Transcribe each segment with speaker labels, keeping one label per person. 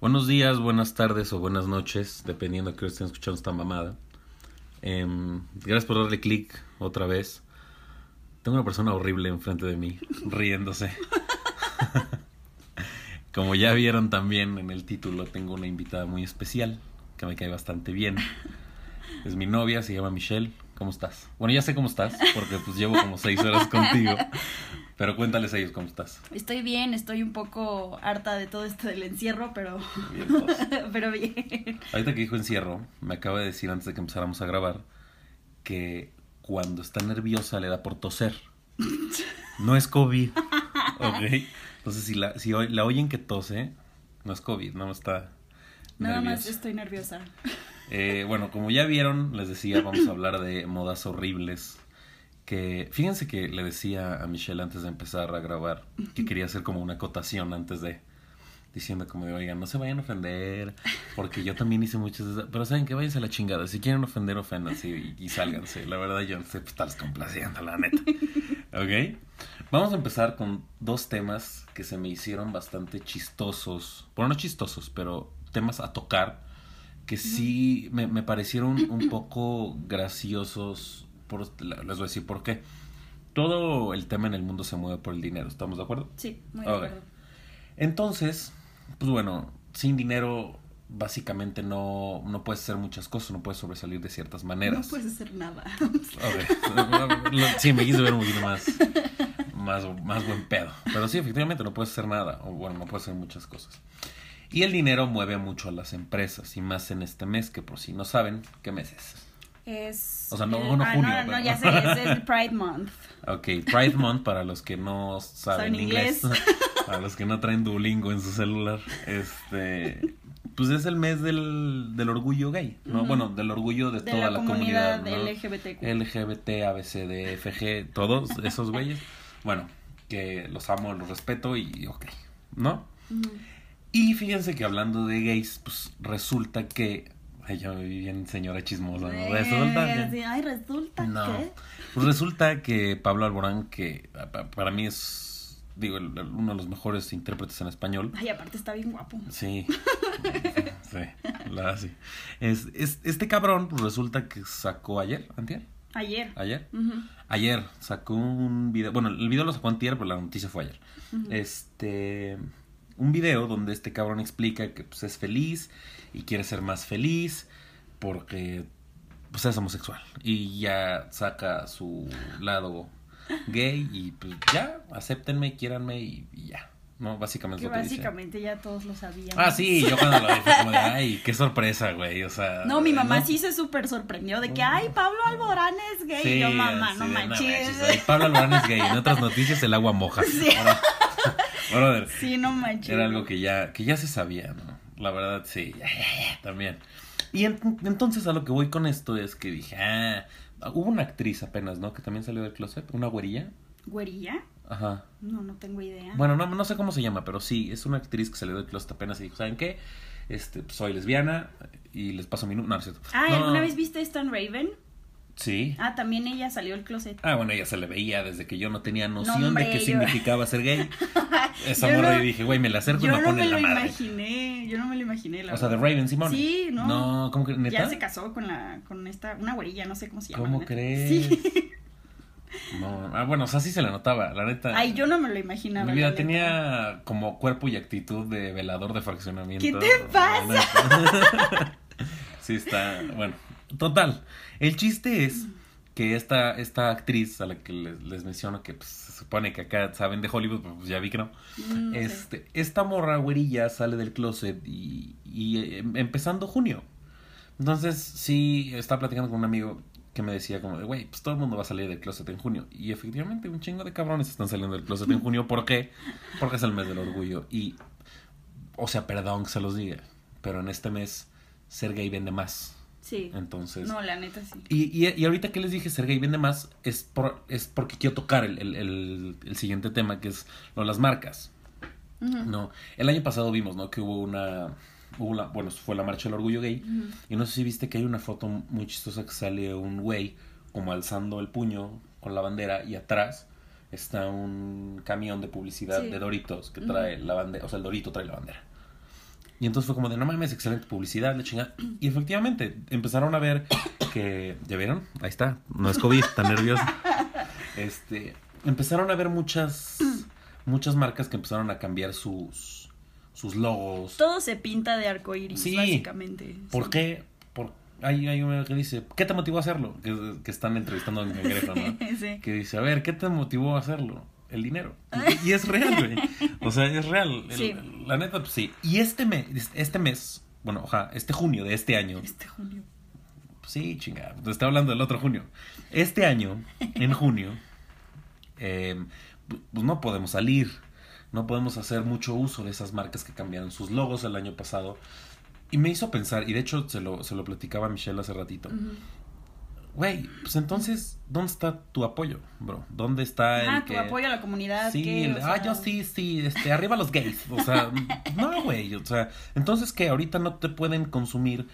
Speaker 1: Buenos días, buenas tardes o buenas noches, dependiendo de qué hora estén escuchando esta mamada. Em, gracias por darle clic otra vez. Tengo una persona horrible enfrente de mí, riéndose. Como ya vieron también en el título, tengo una invitada muy especial que me cae bastante bien. Es mi novia, se llama Michelle. ¿Cómo estás? Bueno, ya sé cómo estás, porque pues llevo como seis horas contigo. Pero cuéntales a ellos cómo estás.
Speaker 2: Estoy bien, estoy un poco harta de todo esto del encierro, pero,
Speaker 1: Bien, pues.
Speaker 2: pero bien.
Speaker 1: Ahorita que dijo encierro, me acaba de decir antes de que empezáramos a grabar que cuando está nerviosa le da por toser. No es COVID. Ok. Entonces, si la, si oy- la oyen que tose, no es COVID, no está
Speaker 2: Nada más
Speaker 1: nerviosa.
Speaker 2: estoy nerviosa.
Speaker 1: Eh, bueno, como ya vieron, les decía, vamos a hablar de modas horribles. Que fíjense que le decía a Michelle antes de empezar a grabar que quería hacer como una acotación antes de diciendo como de, oigan, no se vayan a ofender, porque yo también hice muchas de esas, pero saben que váyanse a la chingada, si quieren ofender, oféndanse y, y sálganse, la verdad yo no sé, pues estarles complaciendo, la neta, ¿ok? Vamos a empezar con dos temas que se me hicieron bastante chistosos, bueno, no chistosos, pero temas a tocar, que sí me, me parecieron un poco graciosos, por, la- les voy a decir por qué. Todo el tema en el mundo se mueve por el dinero, ¿estamos de acuerdo?
Speaker 2: Sí, muy
Speaker 1: Ok.
Speaker 2: de acuerdo.
Speaker 1: Entonces, pues bueno, sin dinero básicamente no, no puedes hacer muchas cosas, no puedes sobresalir de ciertas
Speaker 2: No pues,
Speaker 1: maneras.
Speaker 2: puedes hacer nada.
Speaker 1: Ok. Sí, me quise ver un poquito más, más, más buen pedo. Pero sí, efectivamente, no puedes hacer nada, o bueno, no puedes hacer muchas cosas. Y el dinero mueve mucho a las empresas, y más en este mes, que por si no saben, ¿qué mes es?
Speaker 2: Es.
Speaker 1: O sea, no-
Speaker 2: el-
Speaker 1: no
Speaker 2: ah,
Speaker 1: junio,
Speaker 2: No, no,
Speaker 1: pero-
Speaker 2: ya sé, es el Pride Month.
Speaker 1: Ok, Pride Month para los que no saben
Speaker 2: Saben
Speaker 1: inglés,
Speaker 2: inglés.
Speaker 1: para los que no traen Duolingo en su celular, este, pues es el mes del, del orgullo gay, ¿no?
Speaker 2: Ujú.
Speaker 1: Bueno, del orgullo de,
Speaker 2: De
Speaker 1: toda
Speaker 2: la,
Speaker 1: la
Speaker 2: comunidad,
Speaker 1: comunidad, ¿no?
Speaker 2: LGBTQ.
Speaker 1: LGBT, ABCD, FG, todos esos güeyes. Bueno, que los amo, los respeto y ok, ¿no?
Speaker 2: Ujú.
Speaker 1: Y fíjense que hablando de gays, pues resulta que... Ay, ya me vi bien señora chismosa, ¿no? Resulta que-
Speaker 2: Eh, sí, Ay, resulta
Speaker 1: no.
Speaker 2: que.
Speaker 1: Pues resulta que Pablo Alborán, que pa- pa- para mí es, digo, el- el- uno de los mejores intérpretes en español.
Speaker 2: Ay, aparte está bien guapo.
Speaker 1: Sí. Sí, la sí. Es, es- este cabrón, pues resulta que sacó ayer, antier,
Speaker 2: Ayer.
Speaker 1: ayer.
Speaker 2: Ujú.
Speaker 1: Ayer sacó un video, bueno, el video lo sacó antier, pero la noticia fue ayer. Este, un video donde este cabrón explica que pues es feliz y quiere ser más feliz porque pues es homosexual y ya saca su lado gay y pues ya, acéptenme, quiéranme y, y ya. No, básicamente
Speaker 2: Que
Speaker 1: es lo que dice.
Speaker 2: básicamente ya todos lo sabían.
Speaker 1: Ah, sí, yo cuando lo vi fue como de, ay, qué sorpresa, güey, o sea.
Speaker 2: No, mi mamá
Speaker 1: ¿no?
Speaker 2: sí se súper sorprendió de que, ay, Pablo Alborán es gay. Y yo, mamá,
Speaker 1: así
Speaker 2: no
Speaker 1: de,
Speaker 2: manches.
Speaker 1: ay, Pablo Alborán es gay. En otras noticias, el agua moja. Ahora- brother,
Speaker 2: Sí, no manches.
Speaker 1: era algo que ya, que ya se sabía, ¿no? La verdad, sí, ya, ya, ya, también. Y en- entonces a lo que voy con esto es que dije, ah, hubo una actriz apenas, ¿no? Que también salió del closet, una güerilla.
Speaker 2: ¿Güerilla?
Speaker 1: Ajá.
Speaker 2: No, no tengo idea.
Speaker 1: Bueno, no, no sé cómo se llama, pero sí, es una actriz que salió del closet apenas y dijo, ¿saben qué? Este, soy lesbiana y les paso mi número. No, no es cierto.
Speaker 2: ah,
Speaker 1: No, no,
Speaker 2: ¿alguna
Speaker 1: no.
Speaker 2: vez viste Stone Raven?
Speaker 1: Sí.
Speaker 2: Ah, también ella salió del closet.
Speaker 1: Ah, bueno, ella se le veía desde que yo no tenía noción
Speaker 2: hombre,
Speaker 1: de qué
Speaker 2: yo-
Speaker 1: significaba ser gay. Esa
Speaker 2: Yo
Speaker 1: morra
Speaker 2: no-
Speaker 1: y dije, güey, me la acerco y
Speaker 2: Yo
Speaker 1: me
Speaker 2: no
Speaker 1: pone
Speaker 2: me
Speaker 1: la
Speaker 2: lo
Speaker 1: madre.
Speaker 2: imaginé, yo no me lo imaginé. La
Speaker 1: O sea, de
Speaker 2: verdad.
Speaker 1: Raven Simone.
Speaker 2: Sí, no.
Speaker 1: No, ¿cómo que neta?
Speaker 2: Ya se casó con la, con esta, una güerilla, no sé cómo se llama.
Speaker 1: ¿Cómo
Speaker 2: la neta.
Speaker 1: crees?
Speaker 2: Sí.
Speaker 1: No, ah, bueno, o sea, sí se la notaba, la neta.
Speaker 2: Ay, yo no me lo imaginaba.
Speaker 1: Mi
Speaker 2: la
Speaker 1: vida
Speaker 2: neta.
Speaker 1: tenía como cuerpo y actitud de velador de fraccionamiento.
Speaker 2: ¿Qué te pasa?
Speaker 1: pasa? sí, está. Bueno, total. El chiste es que esta, esta actriz a la que les, les menciono, que pues, se supone que acá saben de Hollywood, pero pues ya vi que no.
Speaker 2: Mm, no sé.
Speaker 1: Este, esta morra güerilla sale del closet y, y, eh, em- empezando junio. Entonces, sí, estaba platicando con un amigo que me decía como de, güey, pues todo el mundo va a salir del closet en junio. Y efectivamente, un chingo de cabrones están saliendo del closet en junio. ¿Por qué? Porque es el mes del orgullo. Y, o sea, perdón que se los diga, pero en este mes ser gay vende más.
Speaker 2: Sí.
Speaker 1: Entonces...
Speaker 2: No, la neta sí.
Speaker 1: Y, y, y ahorita que les dije ser gay vende más es, por, es porque quiero tocar el, el- el- el siguiente tema, que es lo de las marcas.
Speaker 2: Ujú.
Speaker 1: No, el año pasado vimos, ¿no? Que hubo una, hubo una- bueno, fue la marcha del orgullo gay.
Speaker 2: Ujú.
Speaker 1: Y no sé si viste que hay una foto muy chistosa que sale un güey como alzando el puño con la bandera y atrás está un camión de publicidad
Speaker 2: Sí.
Speaker 1: de Doritos que
Speaker 2: Ujú.
Speaker 1: trae la bandera, o sea, el Dorito trae la bandera. Y entonces fue como de, no mames, excelente publicidad, le chinga. Y efectivamente, empezaron a ver que, ¿ya vieron? Ahí está, no es COVID, tan nervioso. Este, empezaron a ver muchas, muchas marcas que empezaron a cambiar sus, sus logos.
Speaker 2: Todo se pinta de arcoíris,
Speaker 1: Sí.
Speaker 2: básicamente.
Speaker 1: ¿Por
Speaker 2: Sí.
Speaker 1: qué? Por, hay, hay una que dice, ¿qué te motivó a hacerlo? Que, que están entrevistando a un cangrejo, ¿no?
Speaker 2: Sí.
Speaker 1: Que dice, a ver, ¿qué te motivó a hacerlo? El dinero. Y, y es real, güey. O sea, es real. El-
Speaker 2: Sí.
Speaker 1: La neta, pues sí. Y este mes, este mes, bueno, ojalá, este junio de este año.
Speaker 2: Este junio.
Speaker 1: Pues Sí, chingada. Te está hablando del otro junio. Este año, en junio, eh, pues no podemos salir. No podemos hacer mucho uso de esas marcas que cambiaron sus logos el año pasado. Y me hizo pensar, y de hecho se lo, se lo platicaba a Michelle hace ratito.
Speaker 2: Ujú.
Speaker 1: Güey, pues entonces, ¿dónde está tu apoyo, bro? ¿Dónde está el
Speaker 2: Ah, tu
Speaker 1: que-
Speaker 2: apoyo a la comunidad.
Speaker 1: Sí,
Speaker 2: ¿qué?
Speaker 1: el,
Speaker 2: O
Speaker 1: ah,
Speaker 2: sea,
Speaker 1: yo sí, sí, este, arriba los gays. O sea, no, güey, o sea, entonces que ahorita no te pueden consumir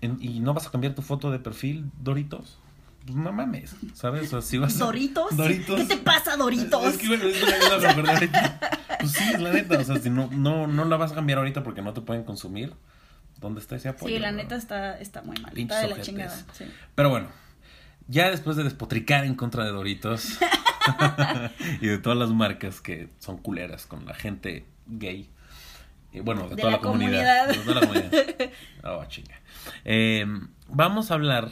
Speaker 1: en- y no vas a cambiar tu foto de perfil, Doritos. Pues no mames, ¿sabes? O sea, si vas a-
Speaker 2: ¿Doritos?
Speaker 1: Doritos.
Speaker 2: ¿Qué te pasa, Doritos?
Speaker 1: Es que, bueno, es que me acabo de acordar ahorita. Pues sí, es la neta, o sea, si no, no, no la vas a cambiar ahorita porque no te pueden consumir, ¿dónde está ese apoyo?
Speaker 2: sí, la
Speaker 1: bro?
Speaker 2: neta está, está muy mal.
Speaker 1: Pinches
Speaker 2: Está de la
Speaker 1: ojetes.
Speaker 2: chingada. sí.
Speaker 1: Pero bueno, ya después de despotricar en contra de Doritos y de todas las marcas que son culeras con la gente gay, y bueno, de,
Speaker 2: De
Speaker 1: toda la,
Speaker 2: la
Speaker 1: comunidad.
Speaker 2: comunidad.
Speaker 1: De toda la comunidad. Oh, chinga. Eh, vamos a hablar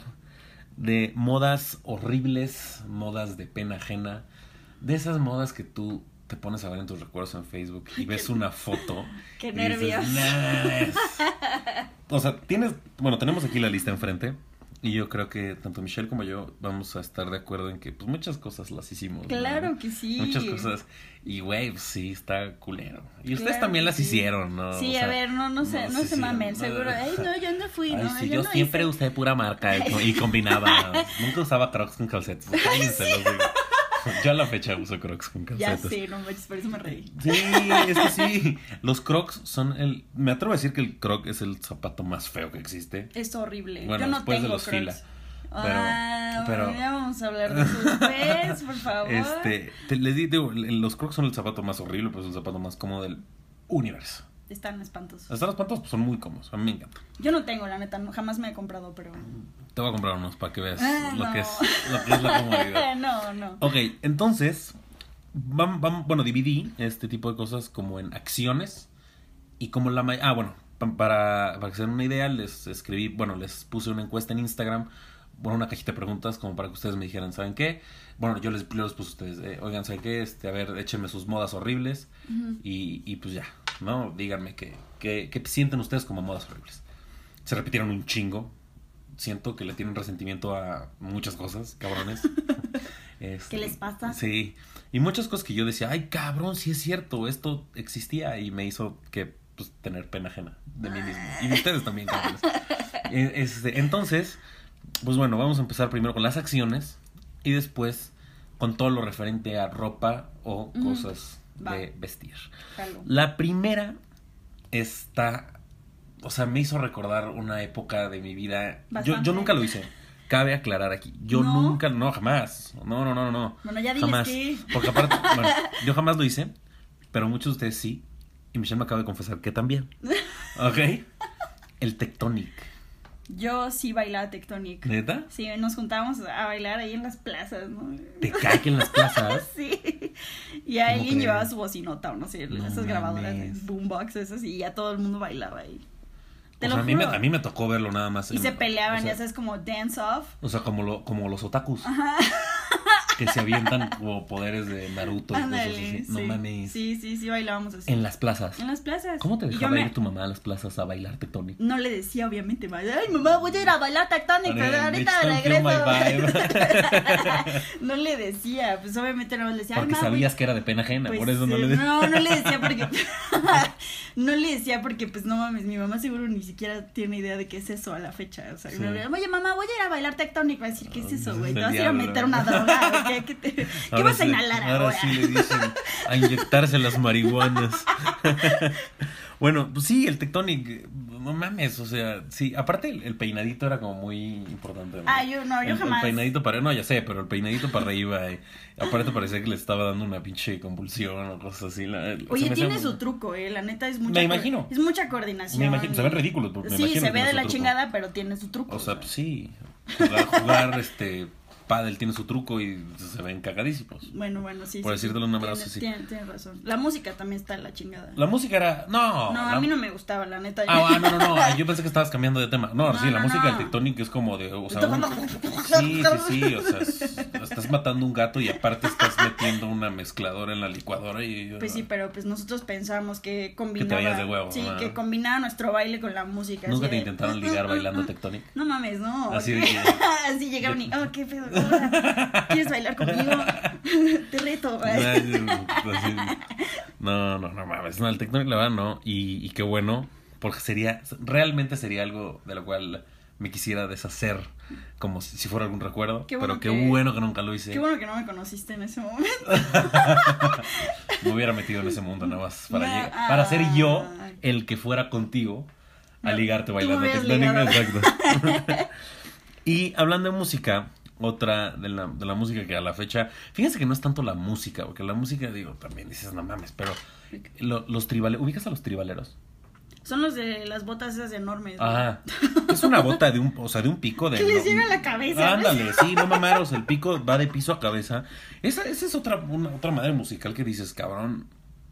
Speaker 1: de modas horribles, modas de pena ajena, de esas modas que tú te pones a ver en tus recuerdos en Facebook y ves una foto.
Speaker 2: Qué
Speaker 1: y dices,
Speaker 2: nervios.
Speaker 1: "Nice". O sea, tienes, bueno, tenemos aquí la lista enfrente y yo creo que tanto Michelle como yo vamos a estar de acuerdo en que pues muchas cosas las hicimos. ¿no?
Speaker 2: Claro que sí.
Speaker 1: Muchas cosas. Y güey, pues, sí, está culero. Y ustedes
Speaker 2: Claro
Speaker 1: también
Speaker 2: que
Speaker 1: las
Speaker 2: sí.
Speaker 1: hicieron, ¿no?
Speaker 2: Sí,
Speaker 1: O sea,
Speaker 2: a ver, no, no sé, no, se
Speaker 1: hicieron,
Speaker 2: mamen,
Speaker 1: ¿no?
Speaker 2: seguro. Ay, no, yo no fui,
Speaker 1: Ay,
Speaker 2: no,
Speaker 1: sí,
Speaker 2: yo,
Speaker 1: yo
Speaker 2: no
Speaker 1: siempre
Speaker 2: hice".
Speaker 1: usé pura marca y, co- y combinaba. Nunca usaba crocs con calcetas. Cállense, los digo. Yo a la fecha uso crocs con
Speaker 2: Ya
Speaker 1: calcetas.
Speaker 2: sé, no manches, por eso me reí.
Speaker 1: Sí, es que sí. Los crocs son el... Me atrevo a decir que el croc es el zapato más feo que existe.
Speaker 2: Es horrible.
Speaker 1: Bueno,
Speaker 2: yo no
Speaker 1: después de
Speaker 2: tengo
Speaker 1: los
Speaker 2: Crocs.
Speaker 1: fila,
Speaker 2: ah,
Speaker 1: pero-
Speaker 2: bueno, ya vamos a hablar de sus pies, por favor.
Speaker 1: Este, te- les di- digo, el- los crocs son el zapato más horrible, pero es el zapato más cómodo del universo.
Speaker 2: Están espantosos.
Speaker 1: Hasta los pantos pues, son muy cómodos, a mí me encantan.
Speaker 2: Yo no tengo, la neta, no, jamás me he comprado, pero.
Speaker 1: Te voy a comprar unos para que veas
Speaker 2: Ah,
Speaker 1: lo,
Speaker 2: no.
Speaker 1: que es, lo que es la comodidad.
Speaker 2: no, no.
Speaker 1: Ok, entonces, vam- vam- bueno, dividí este tipo de cosas como en acciones y como la... ma- Ah, bueno, pa- para, para que se den una idea, les escribí, bueno, les puse una encuesta en Instagram, bueno, una cajita de preguntas como para que ustedes me dijeran, ¿saben qué? Bueno, yo les, yo les puse a ustedes, eh, oigan, ¿saben qué? Este, a ver, échenme sus modas horribles y, y pues ya, ¿no? Díganme qué, qué, qué sienten ustedes como modas horribles. Se repitieron un chingo. Siento que le tienen resentimiento a muchas cosas, cabrones. Este,
Speaker 2: ¿Qué les pasa?
Speaker 1: Sí. Y muchas cosas que yo decía, ay, cabrón, sí es cierto, esto existía y me hizo que pues, tener pena ajena de mí mismo. Y de ustedes también, cabrones. Eh, este, entonces, pues bueno, vamos a empezar primero con las acciones y después con todo lo referente a ropa o
Speaker 2: Ujú.
Speaker 1: cosas
Speaker 2: Va.
Speaker 1: de vestir.
Speaker 2: Jalo.
Speaker 1: La primera está, o sea, me hizo recordar una época de mi vida. Yo, yo
Speaker 2: Bastante.
Speaker 1: nunca lo hice. Cabe aclarar aquí. Yo
Speaker 2: ¿No?
Speaker 1: nunca, no, jamás. No, no, no, no, no.
Speaker 2: Bueno, ya diles
Speaker 1: jamás.
Speaker 2: que-
Speaker 1: Porque aparte, bueno, yo jamás lo hice, pero muchos de ustedes sí. Y Michelle me acaba de confesar que también. ¿Ok? El Tectonic.
Speaker 2: Yo sí bailaba Tectonic.
Speaker 1: ¿Neta?
Speaker 2: Sí, nos juntábamos a bailar ahí en las plazas, ¿no?
Speaker 1: Te cae que en las plazas.
Speaker 2: Sí. Y alguien
Speaker 1: creen?
Speaker 2: llevaba su bocinota o no sé,
Speaker 1: No
Speaker 2: esas grabadoras,
Speaker 1: mames.
Speaker 2: boombox, esas, y ya todo el mundo bailaba ahí. Te
Speaker 1: O
Speaker 2: lo
Speaker 1: sea, a, mí me,
Speaker 2: juro.
Speaker 1: a mí me tocó verlo nada más.
Speaker 2: Y
Speaker 1: en-
Speaker 2: se peleaban,
Speaker 1: o sea,
Speaker 2: ya sabes, como dance off.
Speaker 1: O sea, como, lo, como los otakus. Que se avientan como poderes de Naruto y cosas
Speaker 2: Ándale,
Speaker 1: así. No
Speaker 2: sí.
Speaker 1: mames.
Speaker 2: Sí, sí, sí, bailábamos así.
Speaker 1: En las plazas.
Speaker 2: En las plazas.
Speaker 1: ¿Cómo te
Speaker 2: Y yo
Speaker 1: dejaba
Speaker 2: me-
Speaker 1: ir tu mamá a las plazas a bailar tectónico?
Speaker 2: No le decía, obviamente, ma- ay, mamá, voy a ir a bailar tectónica, ahorita
Speaker 1: Eh, Bitch, don't kill oh my
Speaker 2: regreso.
Speaker 1: vibe.
Speaker 2: No le decía, pues obviamente no le decía, ay,
Speaker 1: Porque
Speaker 2: ma, voy-
Speaker 1: sabías que era de pena ajena,
Speaker 2: Pues,
Speaker 1: por eso no
Speaker 2: eh,
Speaker 1: le decías.
Speaker 2: No, no le decía porque. no le decía porque, pues no mames, mi mamá seguro ni siquiera tiene idea de qué es eso a la fecha. O sea,
Speaker 1: Sí.
Speaker 2: no le- oye mamá, voy a ir a bailar tectónico. Va a decir, ¿qué es eso, güey? Te
Speaker 1: El
Speaker 2: vas a ir a
Speaker 1: diablo.
Speaker 2: meter una droga, ¿o quería que te... ¿Qué
Speaker 1: Ahora
Speaker 2: vas a
Speaker 1: sí-
Speaker 2: inhalar ahora?
Speaker 1: ahora sí le dicen a inyectarse las marihuanas. bueno, pues sí, el Tectonic, no mames, o sea, sí, aparte el, el peinadito era como muy importante. ¿no?
Speaker 2: Ah, yo no, yo
Speaker 1: el, el
Speaker 2: jamás.
Speaker 1: peinadito para, no, ya sé, pero el peinadito para arriba, eh, aparte parecía que le estaba dando una pinche convulsión o cosas así. la- se me
Speaker 2: Oye,
Speaker 1: hacía
Speaker 2: tiene
Speaker 1: muy-
Speaker 2: su truco, eh. La neta es mucha.
Speaker 1: Me
Speaker 2: co-
Speaker 1: imagino.
Speaker 2: Es mucha coordinación.
Speaker 1: Me imagino, se ven ridículos, me
Speaker 2: sí,
Speaker 1: imagino
Speaker 2: se
Speaker 1: que
Speaker 2: ve
Speaker 1: tiene
Speaker 2: de
Speaker 1: su
Speaker 2: la
Speaker 1: truco.
Speaker 2: chingada, pero tiene su truco.
Speaker 1: O sea,
Speaker 2: güey.
Speaker 1: pues sí, jugar, jugar este, pádel tiene su truco y se ven cagadísimos.
Speaker 2: Bueno, bueno, sí.
Speaker 1: Por
Speaker 2: sí,
Speaker 1: decirlo de una manera,
Speaker 2: tiene-
Speaker 1: sí, sí.
Speaker 2: Tiene, tiene razón. La música también está de la chingada.
Speaker 1: La música era, no.
Speaker 2: no,
Speaker 1: la-
Speaker 2: a mí no me gustaba, la neta.
Speaker 1: Ah, ah, no, no, no. ah, Yo pensé que estabas cambiando de tema. No,
Speaker 2: No,
Speaker 1: sí, la
Speaker 2: no,
Speaker 1: música
Speaker 2: no.
Speaker 1: del Tectonic es como de. O sea, un- Sí, sí, sí. O sea, es- estás matando un gato y aparte estás metiendo una mezcladora en la licuadora y. yo-
Speaker 2: Pues sí, pero pues nosotros pensábamos que combinaba.
Speaker 1: veías de huevo,
Speaker 2: sí,
Speaker 1: ¿no?
Speaker 2: que combinaba nuestro baile con la música.
Speaker 1: Nunca
Speaker 2: así
Speaker 1: te
Speaker 2: de-
Speaker 1: intentaron ligar bailando Tectonic.
Speaker 2: No mames, no.
Speaker 1: Así de que-
Speaker 2: Así llegaron y, oh, qué pedo. hola, ¿Quieres bailar conmigo? Te reto. güey.
Speaker 1: No, no, no mames. No, el Tectonic la verdad no. Y, y qué bueno. Porque sería. Realmente sería algo de lo cual me quisiera deshacer. Como si si fuera algún recuerdo.
Speaker 2: Qué bueno
Speaker 1: pero qué
Speaker 2: que-
Speaker 1: bueno que nunca lo hice.
Speaker 2: Qué bueno que no me conociste en ese momento.
Speaker 1: me hubiera metido en ese mundo nada más para,
Speaker 2: No,
Speaker 1: lleg- para ser yo
Speaker 2: ay.
Speaker 1: el que fuera contigo a
Speaker 2: ah. No,
Speaker 1: ligarte
Speaker 2: tú
Speaker 1: bailando
Speaker 2: me hubieras
Speaker 1: tectónica,
Speaker 2: ligado.
Speaker 1: exacto. y hablando de música, otra de la, de la música que a la fecha, fíjense que no es tanto la música, porque la música, digo, también dices, no mames, pero lo- los tribaleros, ¿ubicas a los tribaleros?
Speaker 2: Son los de las botas esas enormes. güey.
Speaker 1: Ajá. Es una bota de un, o sea, de un pico de.
Speaker 2: Que les llega a la cabeza, ¿no?
Speaker 1: Ándale, sí, no mamaros, el pico va de piso a cabeza. Esa, esa es otra, una, otra manera musical que dices, cabrón.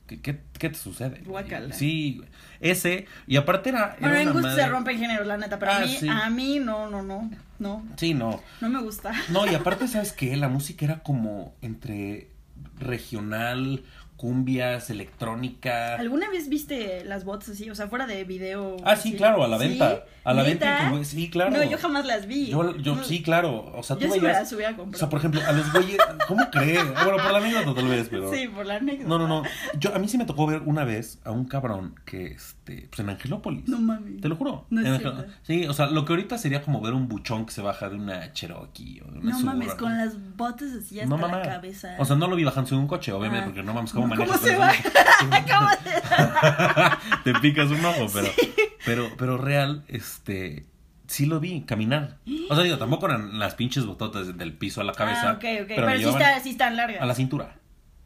Speaker 1: ¿Qué, qué, qué te sucede?
Speaker 2: Guácala.
Speaker 1: Sí, ese. Y aparte era. era
Speaker 2: Bueno, en
Speaker 1: una
Speaker 2: gusto se
Speaker 1: madre-
Speaker 2: rompen géneros, la neta, pero
Speaker 1: Ah,
Speaker 2: a mí,
Speaker 1: sí.
Speaker 2: a mí no, no, no, no,
Speaker 1: Sí, no.
Speaker 2: no me gusta.
Speaker 1: No, y aparte, ¿sabes qué? La música era como entre regional, cumbias, electrónica.
Speaker 2: ¿Alguna vez viste las bots así? O sea, fuera de video.
Speaker 1: Ah, sí,
Speaker 2: así.
Speaker 1: claro, a la
Speaker 2: ¿Sí?
Speaker 1: venta. A la
Speaker 2: ¿Neta?
Speaker 1: venta, en tu- sí, claro.
Speaker 2: No, yo jamás las vi.
Speaker 1: Yo, yo
Speaker 2: No.
Speaker 1: sí, claro. O sea, tú
Speaker 2: Yo sí me
Speaker 1: veías-
Speaker 2: las hubiera comprado.
Speaker 1: O sea, por ejemplo, a los güeyes, ¿cómo crees? Bueno, por la anécdota tal vez, pero.
Speaker 2: Sí, por la anécdota.
Speaker 1: No, no, no. Yo, a mí sí me tocó ver una vez a un cabrón que, este, pues en Angelópolis.
Speaker 2: No mames.
Speaker 1: Te lo juro.
Speaker 2: No es
Speaker 1: En
Speaker 2: cierto.
Speaker 1: Sí, o sea, lo que ahorita sería como ver un buchón que se baja de una Cherokee o de una
Speaker 2: No mames,
Speaker 1: Suburban.
Speaker 2: con las botas así hasta
Speaker 1: No
Speaker 2: la
Speaker 1: mames.
Speaker 2: cabeza.
Speaker 1: O sea, no lo vi bajándose de un coche, obviamente,
Speaker 2: Ah.
Speaker 1: porque no mames, ¿cómo
Speaker 2: ¿Cómo
Speaker 1: manejas?
Speaker 2: se
Speaker 1: con
Speaker 2: va?
Speaker 1: eso?
Speaker 2: Acabo de...
Speaker 1: Te picas un ojo, pero, pero, pero real, este, sí lo vi caminar. O sea, digo, tampoco eran las pinches bototas del piso a la cabeza.
Speaker 2: Ah, ok, ok. Pero,
Speaker 1: le
Speaker 2: sí,
Speaker 1: llevaban
Speaker 2: está, sí están largas.
Speaker 1: a la cintura.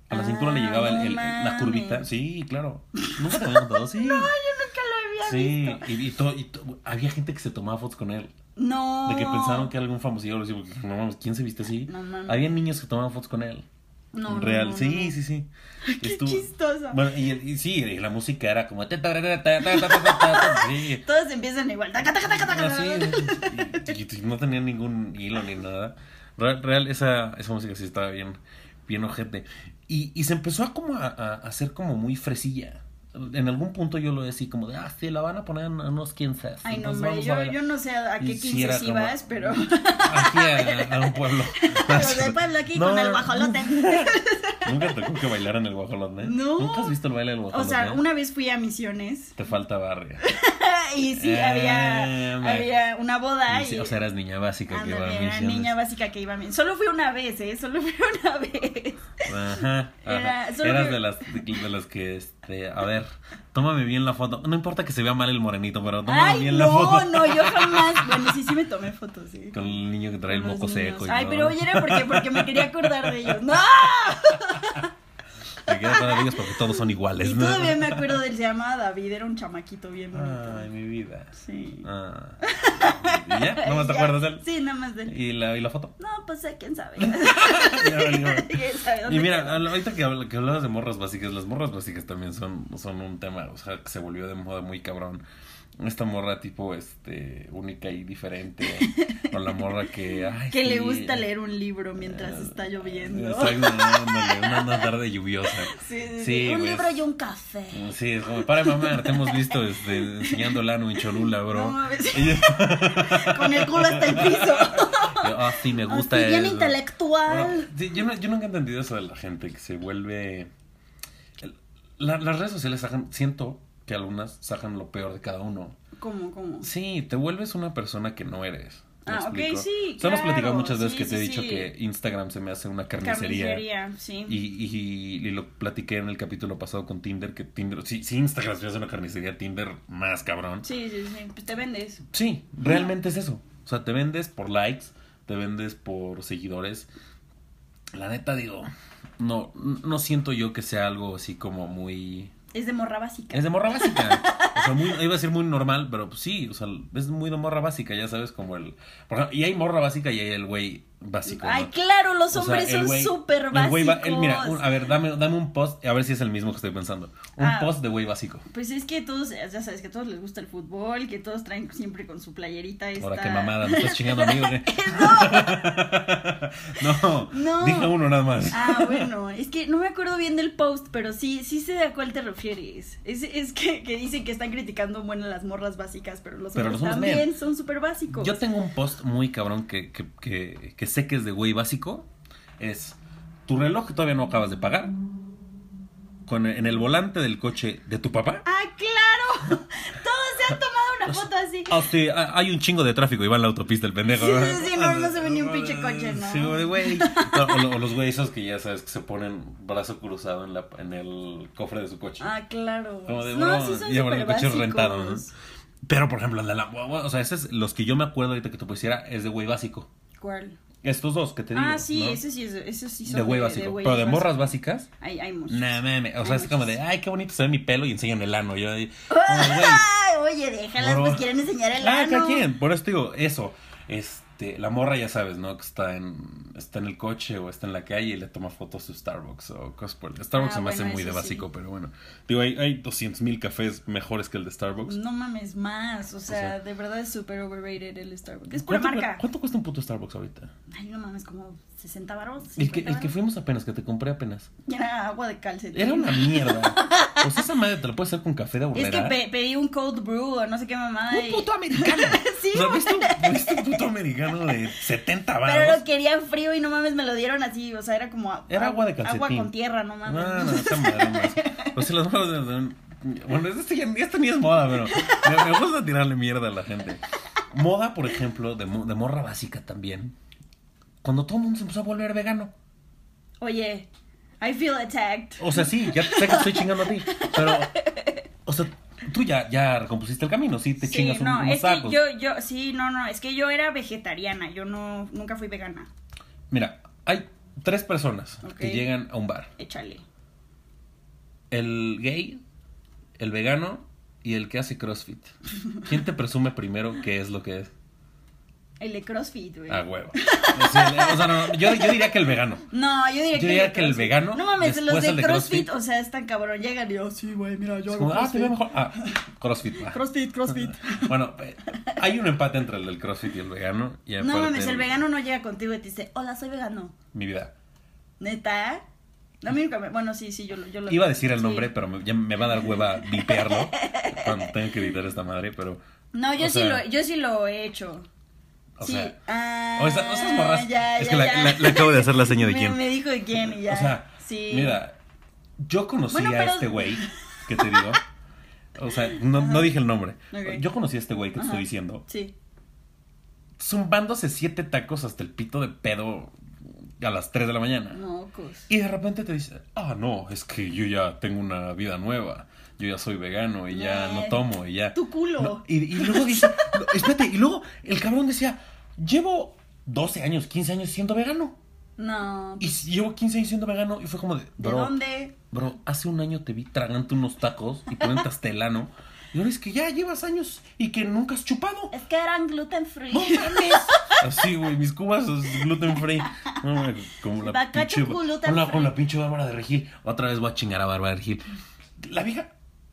Speaker 1: A la
Speaker 2: Ah,
Speaker 1: cintura le llegaba el-
Speaker 2: no
Speaker 1: el- el- la
Speaker 2: mames.
Speaker 1: curvita. Sí, claro. Nunca te había contado, sí.
Speaker 2: Yo nunca lo había
Speaker 1: sí,
Speaker 2: visto.
Speaker 1: y, y to- y to- había gente que se tomaba fotos con él.
Speaker 2: No.
Speaker 1: De que pensaron que era algún famosillo, así, porque no mames, ¿quién se viste así?
Speaker 2: Oh. No mames.
Speaker 1: Había niños que tomaban fotos con él.
Speaker 2: No, no,
Speaker 1: Real,
Speaker 2: no, no,
Speaker 1: sí,
Speaker 2: no.
Speaker 1: sí, sí.
Speaker 2: Qué chistoso.
Speaker 1: Bueno, y, y sí, y la música era como. ta, ta, ta, ta, ta, ta, ta, ta, Sí.
Speaker 2: Todos empiezan igual. Taca, taca, taca, taca,
Speaker 1: Así, y- y no tenía ningún hilo ni nada. Real, real, esa, esa música sí estaba bien, bien ojete. Y, y se empezó a como a, a- a hacer como muy fresilla. En algún punto yo lo decía como de, ah, sí, la van a poner en unos 15.
Speaker 2: Ay, no,
Speaker 1: entonces pues,
Speaker 2: hombre,
Speaker 1: vamos a
Speaker 2: yo,
Speaker 1: bailar".
Speaker 2: yo no sé a qué
Speaker 1: Y sí
Speaker 2: 15
Speaker 1: era
Speaker 2: sí
Speaker 1: como-
Speaker 2: vas, pero.
Speaker 1: Aquí a, a un pueblo.
Speaker 2: Los de pueblo aquí con el guajolote.
Speaker 1: Nunca tocó que bailaran el guajolote.
Speaker 2: No.
Speaker 1: Nunca has visto el baile del
Speaker 2: O
Speaker 1: guajolote.
Speaker 2: sea, una vez fui a Misiones
Speaker 1: Te falta barrio.
Speaker 2: y sí,
Speaker 1: Ah,
Speaker 2: había,
Speaker 1: ma-
Speaker 2: había una boda y.
Speaker 1: O sea, eras niña básica que iba a
Speaker 2: ándale, era
Speaker 1: misiones.
Speaker 2: niña básica que iba a Misiones. Solo fui una vez, ¿eh? Solo fui una vez.
Speaker 1: Ajá, ajá.
Speaker 2: Era- solo
Speaker 1: Eras
Speaker 2: que-
Speaker 1: de las, de las que, este, a ver, tómame bien la foto. No importa que se vea mal el morenito, pero tómame
Speaker 2: Ay,
Speaker 1: bien
Speaker 2: no,
Speaker 1: la foto.
Speaker 2: no, yo jamás. Bueno, sí, sí me tomé fotos, sí.
Speaker 1: Con el niño que trae el
Speaker 2: Con los
Speaker 1: moco
Speaker 2: niños.
Speaker 1: seco. y
Speaker 2: Ay,
Speaker 1: todo.
Speaker 2: pero oye, era porque, porque me quería acordar de ellos. ¡No!
Speaker 1: Te quedas con amigos porque todos son iguales,
Speaker 2: Y
Speaker 1: ¿no?
Speaker 2: todavía me acuerdo del se llamaba David, era un chamaquito bien bonito.
Speaker 1: Ay, mi vida.
Speaker 2: Sí.
Speaker 1: Ah. ¿Y ya? ¿No más te
Speaker 2: Ya.
Speaker 1: acuerdas de él?
Speaker 2: Sí, nada más de él.
Speaker 1: ¿Y la, y la foto?
Speaker 2: No, pues eh, quién sabe.
Speaker 1: Ya valió.
Speaker 2: ¿Quién sabe dónde
Speaker 1: Y mira,
Speaker 2: quedó?
Speaker 1: al- ahorita que, habl- que hablabas de morras básicas, las morras básicas también son, son un tema, o sea, que se volvió de moda muy cabrón. Esta morra tipo, este, única y diferente, o la morra que... ay,
Speaker 2: que le
Speaker 1: sí,
Speaker 2: gusta
Speaker 1: eh,
Speaker 2: leer un libro mientras
Speaker 1: eh,
Speaker 2: está lloviendo.
Speaker 1: Exacto, ándale, una, una tarde lluviosa.
Speaker 2: Sí, sí, sí.
Speaker 1: Sí,
Speaker 2: un
Speaker 1: güey,
Speaker 2: libro
Speaker 1: es-
Speaker 2: y un café.
Speaker 1: Sí, es como, para mamar, te hemos visto este, enseñando lano en Cholula, bro.
Speaker 2: No mames.
Speaker 1: Y yo-
Speaker 2: Con el culo hasta el piso.
Speaker 1: yo, ah, sí, me gusta
Speaker 2: Así, bien
Speaker 1: eso. Bueno,
Speaker 2: intelectual.
Speaker 1: sí, yo, no- yo nunca he entendido eso de la gente que se vuelve. el- la- las redes sociales sacan, siento que algunas sacan lo peor de cada uno.
Speaker 2: ¿Cómo, cómo?
Speaker 1: Sí, te vuelves una persona que no eres. ¿Me
Speaker 2: Ah,
Speaker 1: explico?
Speaker 2: ok, sí,
Speaker 1: O sea, hemos
Speaker 2: claro,
Speaker 1: platicado muchas veces
Speaker 2: sí,
Speaker 1: que te he
Speaker 2: sí,
Speaker 1: dicho
Speaker 2: sí.
Speaker 1: que Instagram se me hace una carnicería.
Speaker 2: Carnicería, sí.
Speaker 1: Y, y- y lo platiqué en el capítulo pasado con Tinder, que Tinder, sí, sí, Instagram se me hace una carnicería, Tinder más cabrón.
Speaker 2: Sí, sí, sí. Pues te vendes.
Speaker 1: Sí, realmente es eso. O sea, te vendes por likes, te vendes por seguidores. La neta, digo, no, no siento yo que sea algo así como muy...
Speaker 2: Es de morra básica.
Speaker 1: Es de morra básica. O sea, muy- iba a ser muy normal, pero pues sí, o sea, es muy de morra básica, ya sabes, como el... por ejemplo, y hay morra básica y hay el güey básico.
Speaker 2: Ay,
Speaker 1: ¿no?
Speaker 2: claro, los
Speaker 1: O sea,
Speaker 2: hombres
Speaker 1: el güey-
Speaker 2: son súper
Speaker 1: el güey va-
Speaker 2: básicos.
Speaker 1: él, mira, un- a ver, dame, dame un post, a ver si es el mismo que estoy pensando. Un
Speaker 2: Ah.
Speaker 1: post de güey básico.
Speaker 2: Pues es que todos, ya sabes, que a todos les gusta el fútbol, que todos traen siempre con su playerita esta.
Speaker 1: Ahora qué mamada, me estás chingando amigo. no. no,
Speaker 2: No.
Speaker 1: dije uno nada más.
Speaker 2: Ah, bueno, es que no me acuerdo bien del post, pero sí, sí sé a cuál te refieres. Es, es que, que dicen que están criticando, bueno, las morras básicas, pero los
Speaker 1: Pero
Speaker 2: hombres
Speaker 1: los hombres
Speaker 2: también son súper básicos.
Speaker 1: Yo tengo un post muy cabrón que, que, que, que sé que es de güey básico. Es tu reloj que todavía no acabas de pagar. Con, en el volante del coche de tu papá.
Speaker 2: ¡Ah, claro! Todos se han tomado una foto así.
Speaker 1: Ah, sí, ah, hay un chingo de tráfico y va en la autopista el pendejo. Ah,
Speaker 2: Sí, sí, sí, no, no se ve ni un pinche coche, ¿no?
Speaker 1: Sí, güey, güey. No, O, lo- o los güeyes esos que ya sabes que se ponen brazo cruzado en, la, en el cofre de su coche.
Speaker 2: Ah, claro.
Speaker 1: Como de,
Speaker 2: no,
Speaker 1: bueno,
Speaker 2: sí son
Speaker 1: ya, bueno, el
Speaker 2: súper
Speaker 1: coche es
Speaker 2: básicos.
Speaker 1: rentado, Pero, por ejemplo, el de la guagua, o sea, esos los que yo me acuerdo ahorita que te pusiera es de güey básico.
Speaker 2: ¿Cuál?
Speaker 1: Estos dos que te digo.
Speaker 2: Ah, sí,
Speaker 1: ¿no?
Speaker 2: ese sí, es- ese sí son
Speaker 1: de güey básico. pero de morras básicas,
Speaker 2: Hay, hay muchos.
Speaker 1: no mames. O sea, es como de,
Speaker 2: Pues.
Speaker 1: ay, qué bonito se ve mi pelo y enseñan el ano. Yo, ahí, oh, güey.
Speaker 2: Ay, Oye, déjalas,
Speaker 1: Morro.
Speaker 2: pues quieren enseñar ¡Ah! el
Speaker 1: Ah,
Speaker 2: ano.
Speaker 1: ¿a quién? Por eso te digo, eso. Este, la morra ya sabes, ¿no? Que está en, está en el coche o está en la calle y le toma fotos su Starbucks o cosas por el- Starbucks
Speaker 2: Ah,
Speaker 1: se me hace
Speaker 2: bueno,
Speaker 1: muy de
Speaker 2: eso sí.
Speaker 1: básico, pero bueno. Digo, hay, hay 200 mil cafés mejores que el de Starbucks.
Speaker 2: No mames más, o sea,
Speaker 1: sea-
Speaker 2: de verdad es súper overrated el Starbucks. Es pura marca.
Speaker 1: cu- ¿Cuánto cuesta un puto Starbucks ahorita?
Speaker 2: Ay, no mames, como 60 baros.
Speaker 1: El que, el que fuimos apenas, que te compré apenas.
Speaker 2: Era agua de calcetín.
Speaker 1: Era una mierda. o sea, esa madre te la puede hacer con café de
Speaker 2: Es
Speaker 1: aburrera.
Speaker 2: que pe- pedí un cold brew o no sé qué mamada.
Speaker 1: Un
Speaker 2: y-
Speaker 1: puto americano.
Speaker 2: Sí,
Speaker 1: O sea, ¿viste, un, viste un puto americano de 70
Speaker 2: Pero lo
Speaker 1: baros?
Speaker 2: quería frío y no mames, me lo dieron así, o sea, era como a-
Speaker 1: Era agua de calcetín.
Speaker 2: Agua con tierra, no mames.
Speaker 1: No, no, esa madre más. O sea, las manos de- de- Bueno, este, ya, este ni es moda, pero me, me gusta tirarle mierda a la gente. Moda, por ejemplo, de, mo- de morra básica también. Cuando todo el mundo se empezó a volver vegano.
Speaker 2: Oye, I feel attacked.
Speaker 1: O sea, sí, ya sé que te estoy chingando a ti, pero... O sea, tú ya, ya recompusiste el camino, sí, te
Speaker 2: Sí,
Speaker 1: chingas un,
Speaker 2: no,
Speaker 1: unos
Speaker 2: es
Speaker 1: tacos.
Speaker 2: que yo, yo, sí, no, no, es que yo era vegetariana, yo no, nunca fui vegana.
Speaker 1: Mira, hay tres personas que
Speaker 2: Ok.
Speaker 1: llegan a un bar.
Speaker 2: Échale.
Speaker 1: El gay, el vegano y el que hace CrossFit. ¿Quién te presume primero qué es lo que es?
Speaker 2: El de CrossFit, güey.
Speaker 1: A huevo. O sea, o sea, no, no, yo, yo diría que el vegano.
Speaker 2: No, yo diría
Speaker 1: Yo
Speaker 2: que,
Speaker 1: diría
Speaker 2: de
Speaker 1: que el
Speaker 2: CrossFit.
Speaker 1: vegano,
Speaker 2: No mames,
Speaker 1: después
Speaker 2: los de,
Speaker 1: el de
Speaker 2: CrossFit,
Speaker 1: CrossFit.
Speaker 2: o sea, es tan cabrón. Llegan y yo, sí, güey, mira, yo
Speaker 1: Es
Speaker 2: hago
Speaker 1: como, ah, te veo
Speaker 2: CrossFit.
Speaker 1: mejor. Ah, CrossFit. ah.
Speaker 2: CrossFit, CrossFit.
Speaker 1: Bueno, eh, hay un empate entre el del CrossFit y el vegano. Y
Speaker 2: No
Speaker 1: aparte
Speaker 2: mames, el vegano no llega contigo y te dice, hola, soy vegano.
Speaker 1: Mi vida.
Speaker 2: Neta. A mí nunca me- Bueno, sí, sí, yo lo. Yo lo
Speaker 1: Iba a decir el
Speaker 2: sí.
Speaker 1: nombre, pero me, ya me va a dar hueva vipearlo cuando tenga que editar esta madre, pero.
Speaker 2: No, yo
Speaker 1: o
Speaker 2: sí
Speaker 1: sea,
Speaker 2: lo, yo sí lo he hecho.
Speaker 1: O
Speaker 2: sí.
Speaker 1: sea,
Speaker 2: ah,
Speaker 1: o esas- o esas morras-
Speaker 2: ya,
Speaker 1: es
Speaker 2: ya,
Speaker 1: que la-
Speaker 2: ya.
Speaker 1: la- le acabo de hacer la seña de
Speaker 2: Me-
Speaker 1: quién.
Speaker 2: Me dijo de quién y ya.
Speaker 1: O sea,
Speaker 2: sí.
Speaker 1: mira, yo conocí
Speaker 2: Bueno,
Speaker 1: a
Speaker 2: pero-
Speaker 1: este güey que te digo. O sea, no, no dije el nombre.
Speaker 2: Ok.
Speaker 1: Yo conocí a este güey que te
Speaker 2: Ajá.
Speaker 1: estoy diciendo.
Speaker 2: Sí.
Speaker 1: Zumbándose siete tacos hasta el pito de pedo a las 3 de la mañana.
Speaker 2: No, cos.
Speaker 1: Y de repente te dice, ah, no, es que yo ya tengo una vida nueva. Yo ya soy vegano y ya
Speaker 2: Eh,
Speaker 1: no tomo y ya.
Speaker 2: Tu culo.
Speaker 1: No, y, y luego dice, no, espérate, y luego el cabrón decía, llevo 12 años, 15 años siendo vegano.
Speaker 2: No.
Speaker 1: Y si- llevo 15 años siendo vegano y fue como de,
Speaker 2: ¿De
Speaker 1: bro,
Speaker 2: dónde?
Speaker 1: bro, hace un año te vi tragando unos tacos y poniendo astelano. Y ahora es que ya llevas años y que nunca has chupado.
Speaker 2: Es que eran gluten free.
Speaker 1: No mames. Así, güey, mis cubas es gluten free. No, mames, como la
Speaker 2: Bacacho
Speaker 1: pinche.
Speaker 2: gluten
Speaker 1: con, la,
Speaker 2: free.
Speaker 1: con la pinche Bárbara de Regil. Otra vez voy a chingar a Bárbara de Regil. La vieja.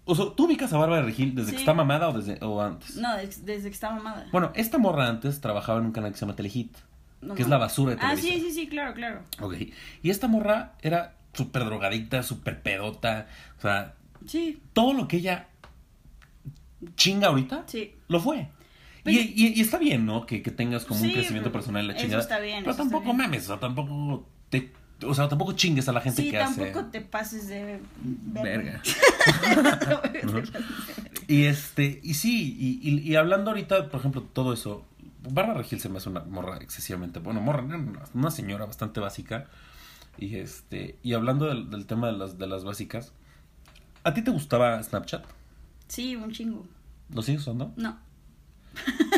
Speaker 1: O sea, ¿tú ubicas a Bárbara de Regil desde
Speaker 2: Sí.
Speaker 1: que está mamada o, desde, o antes?
Speaker 2: No, des- desde que estaba mamada.
Speaker 1: Bueno, esta morra antes trabajaba en un canal que se llama Telehit,
Speaker 2: No
Speaker 1: que es
Speaker 2: mames.
Speaker 1: la basura de
Speaker 2: Ah,
Speaker 1: Televisa.
Speaker 2: sí, sí, sí, claro, claro.
Speaker 1: Ok. Y esta morra era súper drogadicta, súper pedota. O sea,
Speaker 2: Sí,
Speaker 1: todo lo que ella chinga ahorita,
Speaker 2: sí.
Speaker 1: lo fue.
Speaker 2: Pues-
Speaker 1: y, y- y está bien, ¿no? Que, que tengas como un
Speaker 2: Sí,
Speaker 1: crecimiento
Speaker 2: pero
Speaker 1: personal en la
Speaker 2: eso
Speaker 1: chingada.
Speaker 2: está bien,
Speaker 1: Pero
Speaker 2: eso está
Speaker 1: tampoco
Speaker 2: bien.
Speaker 1: mames, o sea, tampoco te, o sea, tampoco chingues a la gente
Speaker 2: Sí,
Speaker 1: que
Speaker 2: tampoco
Speaker 1: hace.
Speaker 2: te pases de
Speaker 1: Verga.
Speaker 2: Tampoco te pases de verga.
Speaker 1: Y este, y sí, y, y- y hablando ahorita, por ejemplo, todo eso, Barra Regil se me hace una morra excesivamente. Bueno, morra, no, no, una señora bastante básica. Y este. Y hablando del, del tema de las, de las básicas. ¿A ti te gustaba Snapchat?
Speaker 2: Sí, un chingo.
Speaker 1: ¿Lo sigues usando?
Speaker 2: No.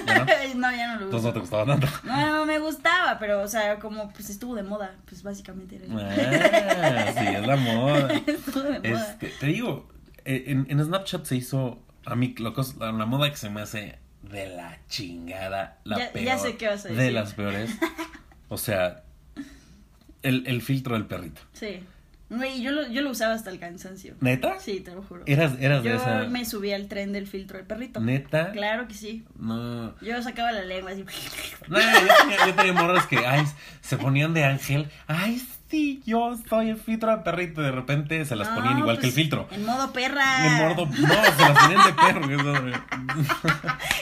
Speaker 1: ¿Ya
Speaker 2: no,
Speaker 1: no?
Speaker 2: ya no lo
Speaker 1: Entonces no
Speaker 2: uso.
Speaker 1: te gustaba tanto.
Speaker 2: No, no me gustaba, pero, o sea, como pues estuvo de moda, pues básicamente era.
Speaker 1: Ah, sí, es la moda.
Speaker 2: estuvo de moda.
Speaker 1: Este, te digo, eh, en, en Snapchat se hizo a mí lo cos- la, la moda que se me hace de la chingada, la
Speaker 2: Ya-
Speaker 1: peor.
Speaker 2: ya sé qué vas a
Speaker 1: De
Speaker 2: decir.
Speaker 1: las peores. O sea, el, el filtro del perrito.
Speaker 2: Sí. Güey, yo lo, yo lo usaba hasta el cansancio.
Speaker 1: ¿Neta?
Speaker 2: Sí, te lo juro.
Speaker 1: Eras, eras de
Speaker 2: Yo
Speaker 1: esa.
Speaker 2: me subí al tren del filtro del perrito.
Speaker 1: ¿Neta?
Speaker 2: Claro que sí.
Speaker 1: No.
Speaker 2: Yo sacaba la lengua así.
Speaker 1: No, yo tenía, yo tenía morras que ay, se ponían de ángel. Ay, sí, yo soy el filtro del perrito. Y de repente se las
Speaker 2: No,
Speaker 1: ponían igual que el
Speaker 2: pues,
Speaker 1: filtro.
Speaker 2: En modo perra.
Speaker 1: En mordo, no, se las ponían de perro. que eso-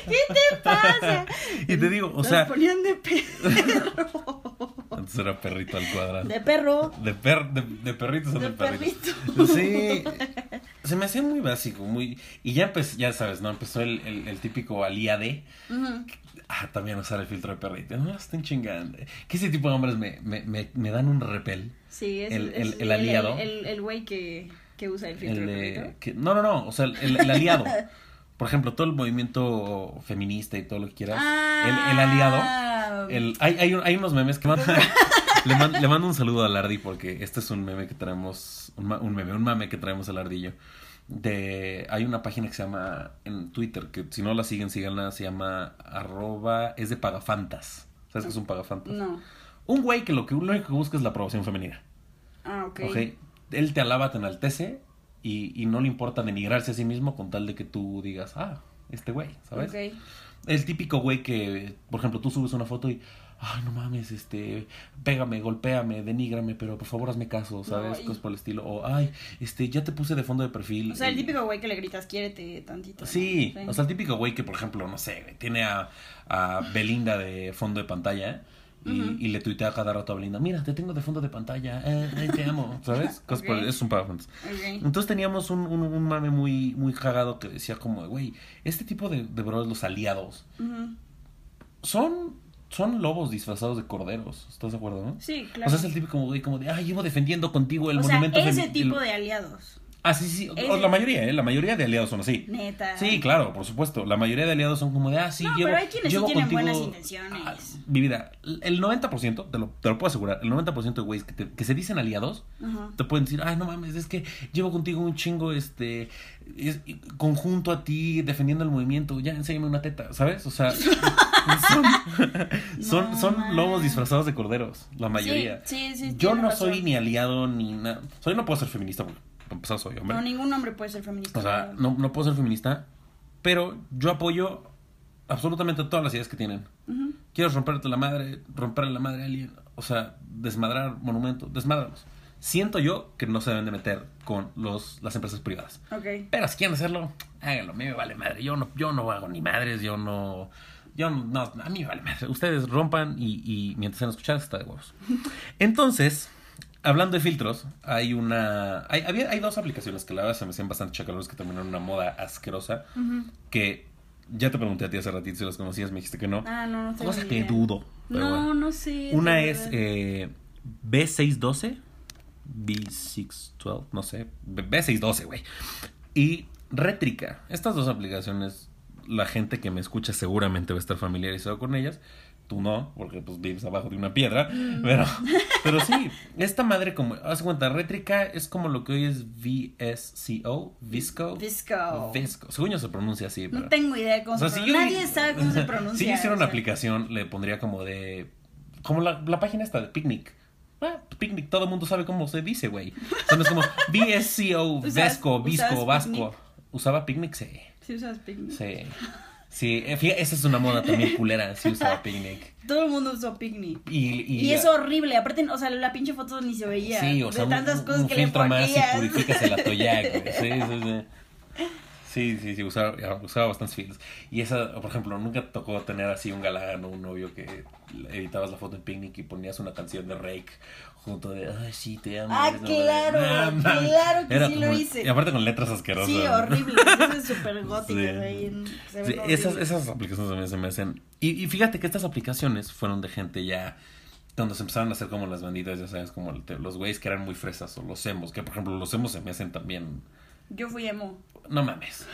Speaker 2: ¿Qué te pasa?
Speaker 1: Y te digo, o
Speaker 2: Los
Speaker 1: sea,
Speaker 2: ponían de perro.
Speaker 1: antes era perrito al cuadrado.
Speaker 2: De perro.
Speaker 1: De, per, de, de perritos son
Speaker 2: De
Speaker 1: de perritos.
Speaker 2: perrito.
Speaker 1: Sí. Se me hacía muy básico, muy. Y ya pues, ya sabes, ¿no? Empezó el, el, el típico alía de.
Speaker 2: Ujú.
Speaker 1: Ah, también usar el filtro de perrito. No, estén chingando. Que ese tipo de hombres me, me, me, me dan un repel.
Speaker 2: Sí, es
Speaker 1: El-
Speaker 2: es-
Speaker 1: el- el aliado.
Speaker 2: El el- el güey que, que usa el filtro
Speaker 1: El
Speaker 2: del
Speaker 1: de,
Speaker 2: perrito.
Speaker 1: que, no, no, no. O sea, el, el aliado. Por ejemplo, todo el movimiento feminista y todo lo que quieras. el, el aliado.
Speaker 2: Ah.
Speaker 1: El- hay, hay, un- hay unos memes que mandan. le, man- le mando un saludo al Ardi porque este es un meme que traemos. Un, ma- un meme, un mame que traemos al Ardillo. De, hay una página que se llama en Twitter, que si no la siguen, síganla, se llama arroba, es de pagafantas. ¿Sabes qué es un pagafantas?
Speaker 2: No.
Speaker 1: Un güey que lo, que lo único que busca es la aprobación femenina.
Speaker 2: Ah, ok.
Speaker 1: ¿ok? Él te alaba, te enaltece y, y no le importa denigrarse a sí mismo con tal de que tú digas, ah, este güey, ¿sabes?
Speaker 2: Ok.
Speaker 1: El típico güey que, por ejemplo, tú subes una foto y, ay, no mames, este, pégame, golpéame, denígrame, pero por favor hazme caso, ¿sabes?
Speaker 2: y-
Speaker 1: Cosas por el estilo. O, ay, este, ya te puse de fondo de perfil.
Speaker 2: O sea, el
Speaker 1: Y-
Speaker 2: típico güey que le gritas, quiérete tantito. ¿no?
Speaker 1: Sí, o sea, el típico güey que, por ejemplo, no sé, güey, tiene a, a Belinda de fondo de pantalla y,
Speaker 2: Ujú.
Speaker 1: y le tuitea cada rato a Belinda, mira, te tengo de fondo de pantalla, eh, ay, te amo, ¿sabes? Cosas por el-
Speaker 2: Ok.
Speaker 1: es un pagafantas.
Speaker 2: Ok.
Speaker 1: Entonces teníamos un, un- un mame muy, muy cagado que decía como, güey, este tipo de, de bros, los aliados,
Speaker 2: Ujú.
Speaker 1: son, son lobos disfrazados de corderos, ¿estás de acuerdo, no?
Speaker 2: Sí, claro.
Speaker 1: O sea, es el típico güey como de, ay, llevo defendiendo contigo el
Speaker 2: O sea,
Speaker 1: monumento.
Speaker 2: ese
Speaker 1: femi-
Speaker 2: tipo
Speaker 1: el-
Speaker 2: de aliados.
Speaker 1: Ah, sí, sí, o-
Speaker 2: ese-
Speaker 1: la mayoría, ¿eh? La mayoría de aliados son así.
Speaker 2: Neta.
Speaker 1: Sí, claro, por supuesto. La mayoría de aliados son como de, ah, sí,
Speaker 2: No,
Speaker 1: llevo,
Speaker 2: pero hay quienes sí
Speaker 1: llevo
Speaker 2: tienen
Speaker 1: contigo-
Speaker 2: buenas intenciones.
Speaker 1: Ah, mi vida, el 90%, te lo, te lo puedo asegurar, el 90% de güeyes que, te- que se dicen aliados,
Speaker 2: Ajá.
Speaker 1: te pueden decir, ay, no mames, es que llevo contigo un chingo, este, es- conjunto a ti, defendiendo el movimiento, ya, enséñame una teta, ¿sabes? O sea, son, son,
Speaker 2: No
Speaker 1: son
Speaker 2: mames.
Speaker 1: lobos disfrazados de corderos, la mayoría.
Speaker 2: Sí, sí, sí,
Speaker 1: Yo
Speaker 2: tienes
Speaker 1: no
Speaker 2: razón.
Speaker 1: soy ni aliado ni nada. Soy, no puedo ser feminista, porque para empezar soy hombre.
Speaker 2: No, ningún hombre puede ser feminista.
Speaker 1: O sea, no, no puedo ser feminista, pero yo apoyo absolutamente todas las ideas que tienen.
Speaker 2: Ujú.
Speaker 1: Quieres romperte la madre, romperle la madre a alguien, o sea, desmadrar monumentos, desmadralos. Siento yo que no se deben de meter con los, las empresas privadas.
Speaker 2: Ok.
Speaker 1: Pero si quieren hacerlo, háganlo, a mí me vale madre. Yo no, yo no hago ni madres, yo no... Yo no, no, a mí me vale madre. Ustedes rompan y, y mientras sean escuchadas está de huevos. Entonces, hablando de filtros, hay una... Hay, había, hay dos aplicaciones que la verdad se me hacían bastante chacalones que terminaron en una moda asquerosa
Speaker 2: Ujú.
Speaker 1: que ya te pregunté a ti hace ratito si las conocías, me dijiste que no.
Speaker 2: Ah, no, no tengo
Speaker 1: Cosa
Speaker 2: ni
Speaker 1: que
Speaker 2: idea.
Speaker 1: dudo. pero
Speaker 2: No,
Speaker 1: bueno.
Speaker 2: no sé.
Speaker 1: Una
Speaker 2: de
Speaker 1: es
Speaker 2: verdad.
Speaker 1: eh, B612, B612, no sé, B- B612, güey. Y Rétrica. Estas dos aplicaciones, la gente que me escucha seguramente va a estar familiarizado con ellas. Tú no, porque pues vives abajo de una piedra.
Speaker 2: Mm.
Speaker 1: Pero, pero sí, esta madre como, haz cuenta, Rétrica es como lo que hoy es VSCO, Visco.
Speaker 2: Visco.
Speaker 1: Visco. Según yo se pronuncia así, pero...
Speaker 2: No tengo idea de cómo
Speaker 1: O sea,
Speaker 2: se
Speaker 1: si yo-
Speaker 2: pronuncia. Nadie sabe cómo se pronuncia.
Speaker 1: Si yo hiciera
Speaker 2: o
Speaker 1: una
Speaker 2: sea.
Speaker 1: aplicación, le pondría como de. Como la, la página esta de Picnic. Ah, Picnic, todo el mundo sabe cómo se dice, güey. O sea, no es como VSCO,
Speaker 2: ¿Usabas-
Speaker 1: Vesco, Visco,
Speaker 2: usabas
Speaker 1: Vasco.
Speaker 2: Picnic?
Speaker 1: Usaba Picnic, sí.
Speaker 2: Sí usas picnic.
Speaker 1: Sí. Sí, eh, fíjate, esa es una moda también culera, sí usaba Picnic.
Speaker 2: Todo el mundo usó picnic.
Speaker 1: Y, y,
Speaker 2: Y, es horrible. Aparte, o sea, la pinche foto ni se veía.
Speaker 1: Sí, o sea,
Speaker 2: de
Speaker 1: un,
Speaker 2: tantas
Speaker 1: un-
Speaker 2: cosas
Speaker 1: un
Speaker 2: que
Speaker 1: filtro
Speaker 2: le
Speaker 1: más y
Speaker 2: ponías.
Speaker 1: purificas el atoyac, güey. Sí, sí, sí. Sí, sí, sí, usaba, usaba bastantes filtros. Y esa, por ejemplo, nunca te tocó tener así un galán o un novio que editabas la foto en picnic y ponías una canción de Rake junto de, ay, sí, te amo.
Speaker 2: Ah,
Speaker 1: no,
Speaker 2: claro,
Speaker 1: no, no.
Speaker 2: claro que
Speaker 1: Era
Speaker 2: sí
Speaker 1: como-
Speaker 2: lo hice.
Speaker 1: Y aparte con letras asquerosas.
Speaker 2: Sí, horrible. Eso es súper gótico,
Speaker 1: Sí.
Speaker 2: güey. en- se
Speaker 1: Sí,
Speaker 2: ve
Speaker 1: esas,
Speaker 2: horrible.
Speaker 1: esas aplicaciones también se me hacen. Y, y fíjate que estas aplicaciones fueron de gente ya. Cuando se empezaron a hacer como las banditas, ya sabes, como el- los güeyes que eran muy fresas o los emos. Que por ejemplo, los emos se me hacen también.
Speaker 2: Yo fui emo.
Speaker 1: No mames.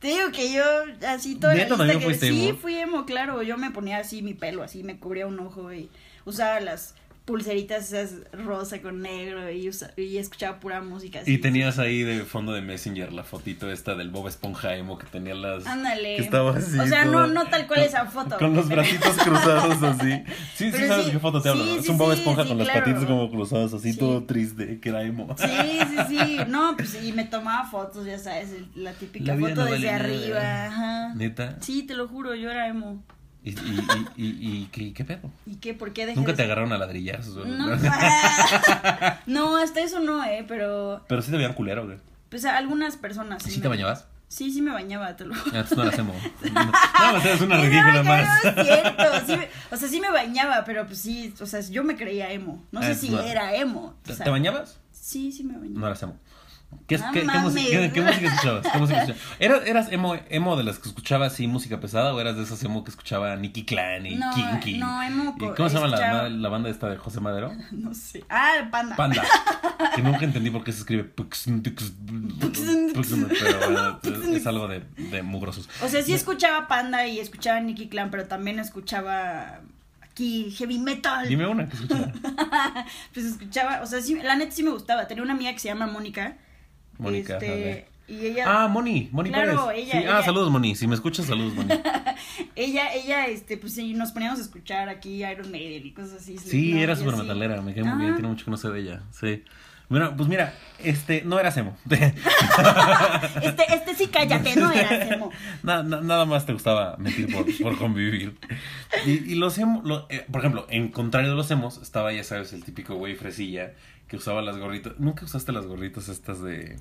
Speaker 2: Te digo que yo, así toda la
Speaker 1: ¿Neta
Speaker 2: lista
Speaker 1: también
Speaker 2: que-
Speaker 1: fuiste
Speaker 2: Sí,
Speaker 1: emo?
Speaker 2: fui emo, claro. Yo me ponía así mi pelo, así me cubría un ojo y usaba las pulseritas esas rosa con negro y, usa- y escuchaba pura música. Así.
Speaker 1: Y tenías ahí de fondo de Messenger la fotito esta del Bob Esponja emo que tenía las.
Speaker 2: Ándale.
Speaker 1: Que estaba así.
Speaker 2: O sea, no,
Speaker 1: toda-
Speaker 2: no tal cual
Speaker 1: con-
Speaker 2: esa foto.
Speaker 1: Con los
Speaker 2: pero-
Speaker 1: bracitos cruzados así. Sí, sí,
Speaker 2: Pero
Speaker 1: sabes
Speaker 2: sí,
Speaker 1: qué foto te hablo.
Speaker 2: sí,
Speaker 1: ¿no? es
Speaker 2: sí,
Speaker 1: un Bob
Speaker 2: sí,
Speaker 1: Esponja
Speaker 2: sí,
Speaker 1: con los
Speaker 2: claro.
Speaker 1: patitos como cruzados así,
Speaker 2: Sí.
Speaker 1: todo triste, que era emo.
Speaker 2: Sí, sí, sí. No, pues y me tomaba fotos, ya sabes, el- la típica
Speaker 1: La vida
Speaker 2: foto
Speaker 1: no
Speaker 2: desde
Speaker 1: vale nada.
Speaker 2: arriba. Ajá.
Speaker 1: Neta.
Speaker 2: Sí, te lo juro, yo era emo.
Speaker 1: ¿Y, y, y, y, y ¿qué, qué pedo?
Speaker 2: ¿Y qué? ¿Por qué dejé
Speaker 1: Nunca
Speaker 2: de
Speaker 1: te
Speaker 2: ser-
Speaker 1: agarraron a ladrillazos. güey.
Speaker 2: No, no, hasta eso no, eh, pero
Speaker 1: Pero sí te veían culero, güey.
Speaker 2: pues a algunas personas.
Speaker 1: ¿Sí te
Speaker 2: me-
Speaker 1: bañabas?
Speaker 2: Sí, sí me bañaba, te lo juro.
Speaker 1: Ah, entonces no las hacemos. No, no, es una
Speaker 2: Sí,
Speaker 1: ridícula
Speaker 2: no, no,
Speaker 1: más.
Speaker 2: No, es cierto. sí me- o sea, sí me bañaba, pero pues sí, o sea, yo me creía emo. No
Speaker 1: Ah,
Speaker 2: sé si
Speaker 1: no.
Speaker 2: era emo. o
Speaker 1: ¿Te,
Speaker 2: sea,
Speaker 1: te bañabas?
Speaker 2: Sí, sí me bañaba.
Speaker 1: No las emo. ¿Qué, es-
Speaker 2: No
Speaker 1: qué, qué
Speaker 2: mames.
Speaker 1: música, qué- qué música escuchabas? ¿Qué música escuchabas? ¿Era- ¿Eras emo, emo de las que escuchaba así música pesada o eras de esas emo que escuchaba Nicky Clan y
Speaker 2: No,
Speaker 1: Kinky?
Speaker 2: no, emo
Speaker 1: ¿Y
Speaker 2: co-
Speaker 1: ¿Cómo se llama la,
Speaker 2: escuchaba-
Speaker 1: ma- la banda esta de José Madero?
Speaker 2: No sé. Ah, el panda.
Speaker 1: Panda. que nunca entendí por qué se escribe Puxn, Tux,
Speaker 2: Puxn,
Speaker 1: Puxn, pero bueno, es, es algo de, de mugrosos.
Speaker 2: O sea, sí escuchaba Panda y escuchaba Nicky Clan, pero también escuchaba aquí heavy metal.
Speaker 1: Dime una que escuchaba.
Speaker 2: pues escuchaba, o sea, sí, la neta sí me gustaba. Tenía una amiga que se llama Mónica.
Speaker 1: Mónica,
Speaker 2: Este, y ella,
Speaker 1: Ah, Moni, Moni
Speaker 2: Claro,
Speaker 1: Pérez.
Speaker 2: ella,
Speaker 1: Sí, Ah,
Speaker 2: ella.
Speaker 1: saludos, Moni. Si me escuchas, saludos, Moni.
Speaker 2: ella, ella, este, pues sí, nos poníamos a escuchar aquí Iron Maiden y cosas así.
Speaker 1: Sí,
Speaker 2: Slipknot
Speaker 1: era
Speaker 2: y
Speaker 1: súper
Speaker 2: así.
Speaker 1: metalera. Me cae muy bien.
Speaker 2: Ajá.
Speaker 1: Tiene mucho que no sé de ella. Sí. Bueno, pues mira, este, no eras emo.
Speaker 2: Este, este sí, cállate, no era emo.
Speaker 1: Na- na- nada más te gustaba mentir por, por convivir. Y, y los emo, lo- eh, por ejemplo, en contrario de los emos, estaba, ya sabes, el típico güey fresilla que usaba las gorritas. ¿Nunca usaste las gorritas estas de...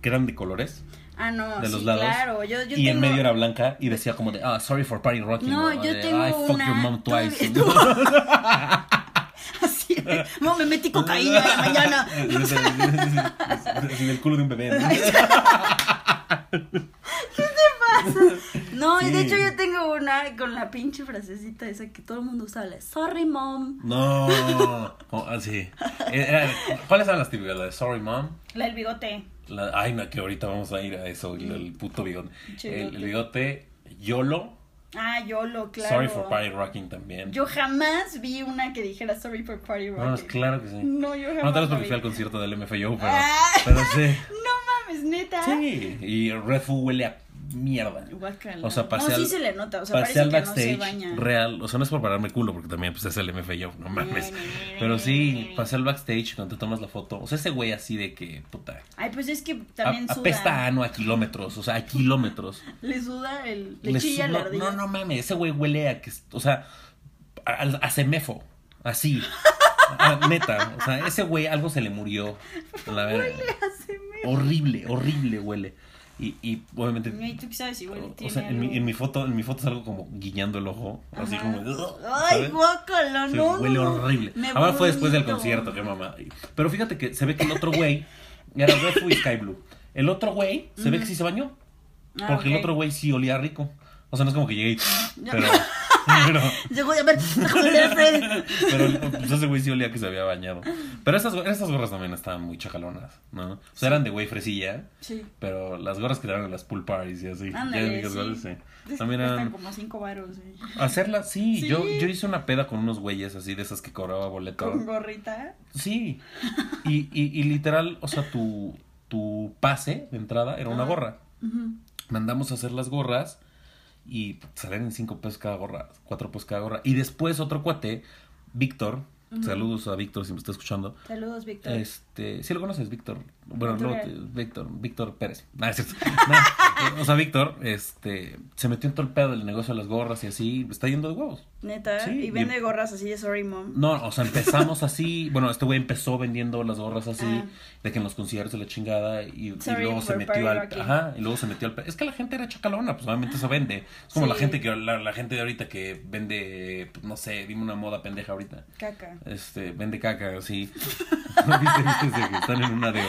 Speaker 1: que eran de colores?
Speaker 2: Ah, no,
Speaker 1: de
Speaker 2: sí,
Speaker 1: los lados.
Speaker 2: claro. Yo, yo
Speaker 1: y
Speaker 2: tengo...
Speaker 1: en medio era blanca y decía como de, ah, sorry for party rocking.
Speaker 2: No,
Speaker 1: o
Speaker 2: yo
Speaker 1: de,
Speaker 2: tengo
Speaker 1: I fuck
Speaker 2: una-
Speaker 1: your mom twice.
Speaker 2: Así, de, no, me metí cocaína en la mañana.
Speaker 1: Sin el culo de un bebé. ¿no?
Speaker 2: No, y de
Speaker 1: Sí.
Speaker 2: hecho yo tengo una con la pinche frasecita esa que todo el mundo usa, la de, sorry mom,
Speaker 1: No, como así. Era- ¿Cuáles eran las típicas? La de Sorry Mom.
Speaker 2: la del bigote.
Speaker 1: La, ay, no, que ahorita vamos a ir a eso, el, el puto bigote.
Speaker 2: Che,
Speaker 1: El, el
Speaker 2: bigote.
Speaker 1: bigote, YOLO.
Speaker 2: Ah, yo lo claro.
Speaker 1: Sorry for party rocking también.
Speaker 2: Yo jamás vi una que dijera sorry for party rock.
Speaker 1: no, es claro que sí. No,
Speaker 2: No, yo jamás.
Speaker 1: tal vez
Speaker 2: la
Speaker 1: porque
Speaker 2: vi.
Speaker 1: fui al concierto del MFAO, pero,
Speaker 2: Ah.
Speaker 1: pero sí.
Speaker 2: No mames, neta.
Speaker 1: Sí, y Red Bull huele a mierda.
Speaker 2: Guácala.
Speaker 1: O sea, pasé
Speaker 2: no,
Speaker 1: al-
Speaker 2: sí se le nota, o sea,
Speaker 1: Pasé
Speaker 2: parece
Speaker 1: al
Speaker 2: que no se
Speaker 1: backstage
Speaker 2: baña.
Speaker 1: real, o sea, no es por pararme culo, porque también pues, es el MFAO, no mames.
Speaker 2: Ay, ay, ay,
Speaker 1: Pero
Speaker 2: ay,
Speaker 1: sí,
Speaker 2: ay.
Speaker 1: pasé al backstage cuando te tomas la foto. O sea, ese güey así de que, puta,
Speaker 2: Ay, pues es que también
Speaker 1: a-
Speaker 2: suda.
Speaker 1: apesta a ano a kilómetros, o sea, a kilómetros.
Speaker 2: Le suda el. Le
Speaker 1: Les-
Speaker 2: chilla la
Speaker 1: no,
Speaker 2: ardilla.
Speaker 1: no, no mames, ese güey huele a que, o sea, a, a semefo, así. A- neta, o sea, ese güey algo se le murió. La verdad.
Speaker 2: Haceme.
Speaker 1: Horrible, horrible huele. Y, y obviamente
Speaker 2: No, ¿Y tú qué sabes? Igual
Speaker 1: o
Speaker 2: tiene
Speaker 1: sea, en mi,
Speaker 2: algo.
Speaker 1: en mi foto, en mi foto salgo como guiñando el ojo, así
Speaker 2: Ajá.
Speaker 1: como.
Speaker 2: Ay,
Speaker 1: ¿sabes?
Speaker 2: guácala,
Speaker 1: Sí,
Speaker 2: no.
Speaker 1: huele
Speaker 2: no, no.
Speaker 1: horrible.
Speaker 2: Me
Speaker 1: Ahora fue después del
Speaker 2: vomito.
Speaker 1: concierto, qué mamá. Pero fíjate que se ve que el otro güey era Red Bull y Sky Blue. El otro güey se ve que sí se bañó.
Speaker 2: Ah,
Speaker 1: porque el
Speaker 2: ok.
Speaker 1: otro güey sí olía rico. O sea, no es como que llegué y.
Speaker 2: Ya.
Speaker 1: Pero. pero
Speaker 2: Llegó a ver, déjame ver, Fred.
Speaker 1: pero pues, ese güey sí olía que se había bañado. Pero esas, esas gorras también estaban muy chacalonas, ¿no? O sea, eran de güey fresilla.
Speaker 2: Sí.
Speaker 1: Pero las gorras que daban en las pool parties y así.
Speaker 2: Ándale,
Speaker 1: ubicas
Speaker 2: sí.
Speaker 1: cuáles?
Speaker 2: Es-
Speaker 1: También
Speaker 2: cuestan
Speaker 1: eran
Speaker 2: como cinco varos. eh.
Speaker 1: Hacerla, sí,
Speaker 2: Sí.
Speaker 1: Yo, yo hice una peda con unos güeyes así de esas que cobraba boleto.
Speaker 2: Con gorrita.
Speaker 1: Sí. Y, y, y literal, o sea, tu, tu pase de entrada era una
Speaker 2: Ajá.
Speaker 1: gorra.
Speaker 2: Ujú.
Speaker 1: Mandamos a hacer las gorras y salían en cinco pesos cada gorra, cuatro pesos cada gorra. Y después otro cuate, Víctor, saludos a Víctor si me está escuchando.
Speaker 2: Saludos, Víctor.
Speaker 1: Este, si lo conoces, Víctor. Bueno,
Speaker 2: Víctor
Speaker 1: luego
Speaker 2: Pérez.
Speaker 1: te- Víctor, Víctor Pérez. Nah, es cierto. Nah, eh, o sea, Víctor, este, se metió en todo el pedo del negocio de las gorras y así, está yendo de huevos.
Speaker 2: Neta.
Speaker 1: Sí,
Speaker 2: y vende
Speaker 1: y-
Speaker 2: gorras así de sorry mom.
Speaker 1: No, o sea, empezamos así. Bueno, este güey empezó vendiendo las gorras así,
Speaker 2: Ah.
Speaker 1: de que en los conciertos la chingada, y, y
Speaker 2: Sorry
Speaker 1: luego se
Speaker 2: for
Speaker 1: metió
Speaker 2: party
Speaker 1: al.
Speaker 2: rocking.
Speaker 1: Ajá, y luego se metió al. pe- Es que la gente era chacalona, pues obviamente se vende. Es como
Speaker 2: Sí.
Speaker 1: la gente que la, la gente de ahorita que vende, pues, no sé, dime una moda pendeja ahorita.
Speaker 2: Caca.
Speaker 1: Este, vende caca, así. ¿Viste, viste ese que están en un adeo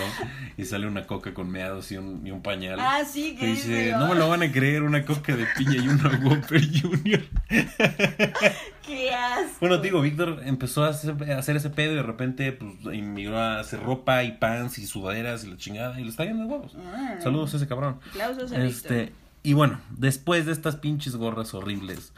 Speaker 1: y sale una coca con meados y un, y un pañal?
Speaker 2: Ah, sí,
Speaker 1: Que
Speaker 2: que
Speaker 1: dice,
Speaker 2: dice.
Speaker 1: no me lo van a creer, una coca de piña y una Whopper Junior.
Speaker 2: Qué asco.
Speaker 1: Bueno, te digo, Víctor empezó a hacer, a hacer ese pedo y de repente pues, inmigró a hacer ropa y pants y sudaderas y la chingada y le está yendo de huevos.
Speaker 2: Mm.
Speaker 1: Saludos a ese cabrón.
Speaker 2: Aplausos a Víctor.
Speaker 1: Este, y bueno, después de estas pinches gorras horribles,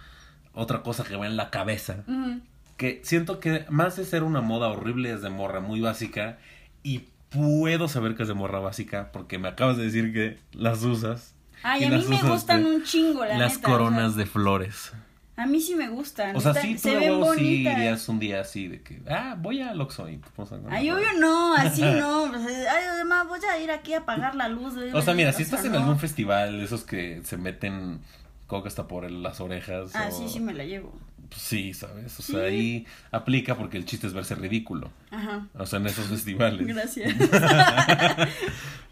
Speaker 1: otra cosa que va en la cabeza,
Speaker 2: Ujú.
Speaker 1: que siento que más de ser una moda horrible es de morra muy básica y puedo saber que es de morra básica porque me acabas de decir que las usas.
Speaker 2: Ay,
Speaker 1: Y
Speaker 2: a mí
Speaker 1: las
Speaker 2: me
Speaker 1: usas
Speaker 2: gustan
Speaker 1: de-
Speaker 2: un chingo,
Speaker 1: las
Speaker 2: la neta, o sea,
Speaker 1: coronas de flores.
Speaker 2: a mí sí me gustan.
Speaker 1: O sea,
Speaker 2: están-
Speaker 1: sí, tú
Speaker 2: se
Speaker 1: de
Speaker 2: ven
Speaker 1: huevo sí
Speaker 2: bonitas.
Speaker 1: irías un día así de que, ah, voy al Oxxo y vamos a comprar
Speaker 2: Ay,
Speaker 1: flores.
Speaker 2: obvio no, así no. pues, ay, además voy a ir aquí a apagar la luz. güey.
Speaker 1: O sea, mira, si estás en
Speaker 2: no.
Speaker 1: algún festival, esos que se meten coca hasta por el- las orejas.
Speaker 2: Ah,
Speaker 1: o-
Speaker 2: sí, sí me la llevo.
Speaker 1: pues sí, ¿sabes? O sea,
Speaker 2: Sí.
Speaker 1: ahí aplica porque el chiste es verse ridículo.
Speaker 2: Ajá.
Speaker 1: O sea, en esos festivales.
Speaker 2: Gracias.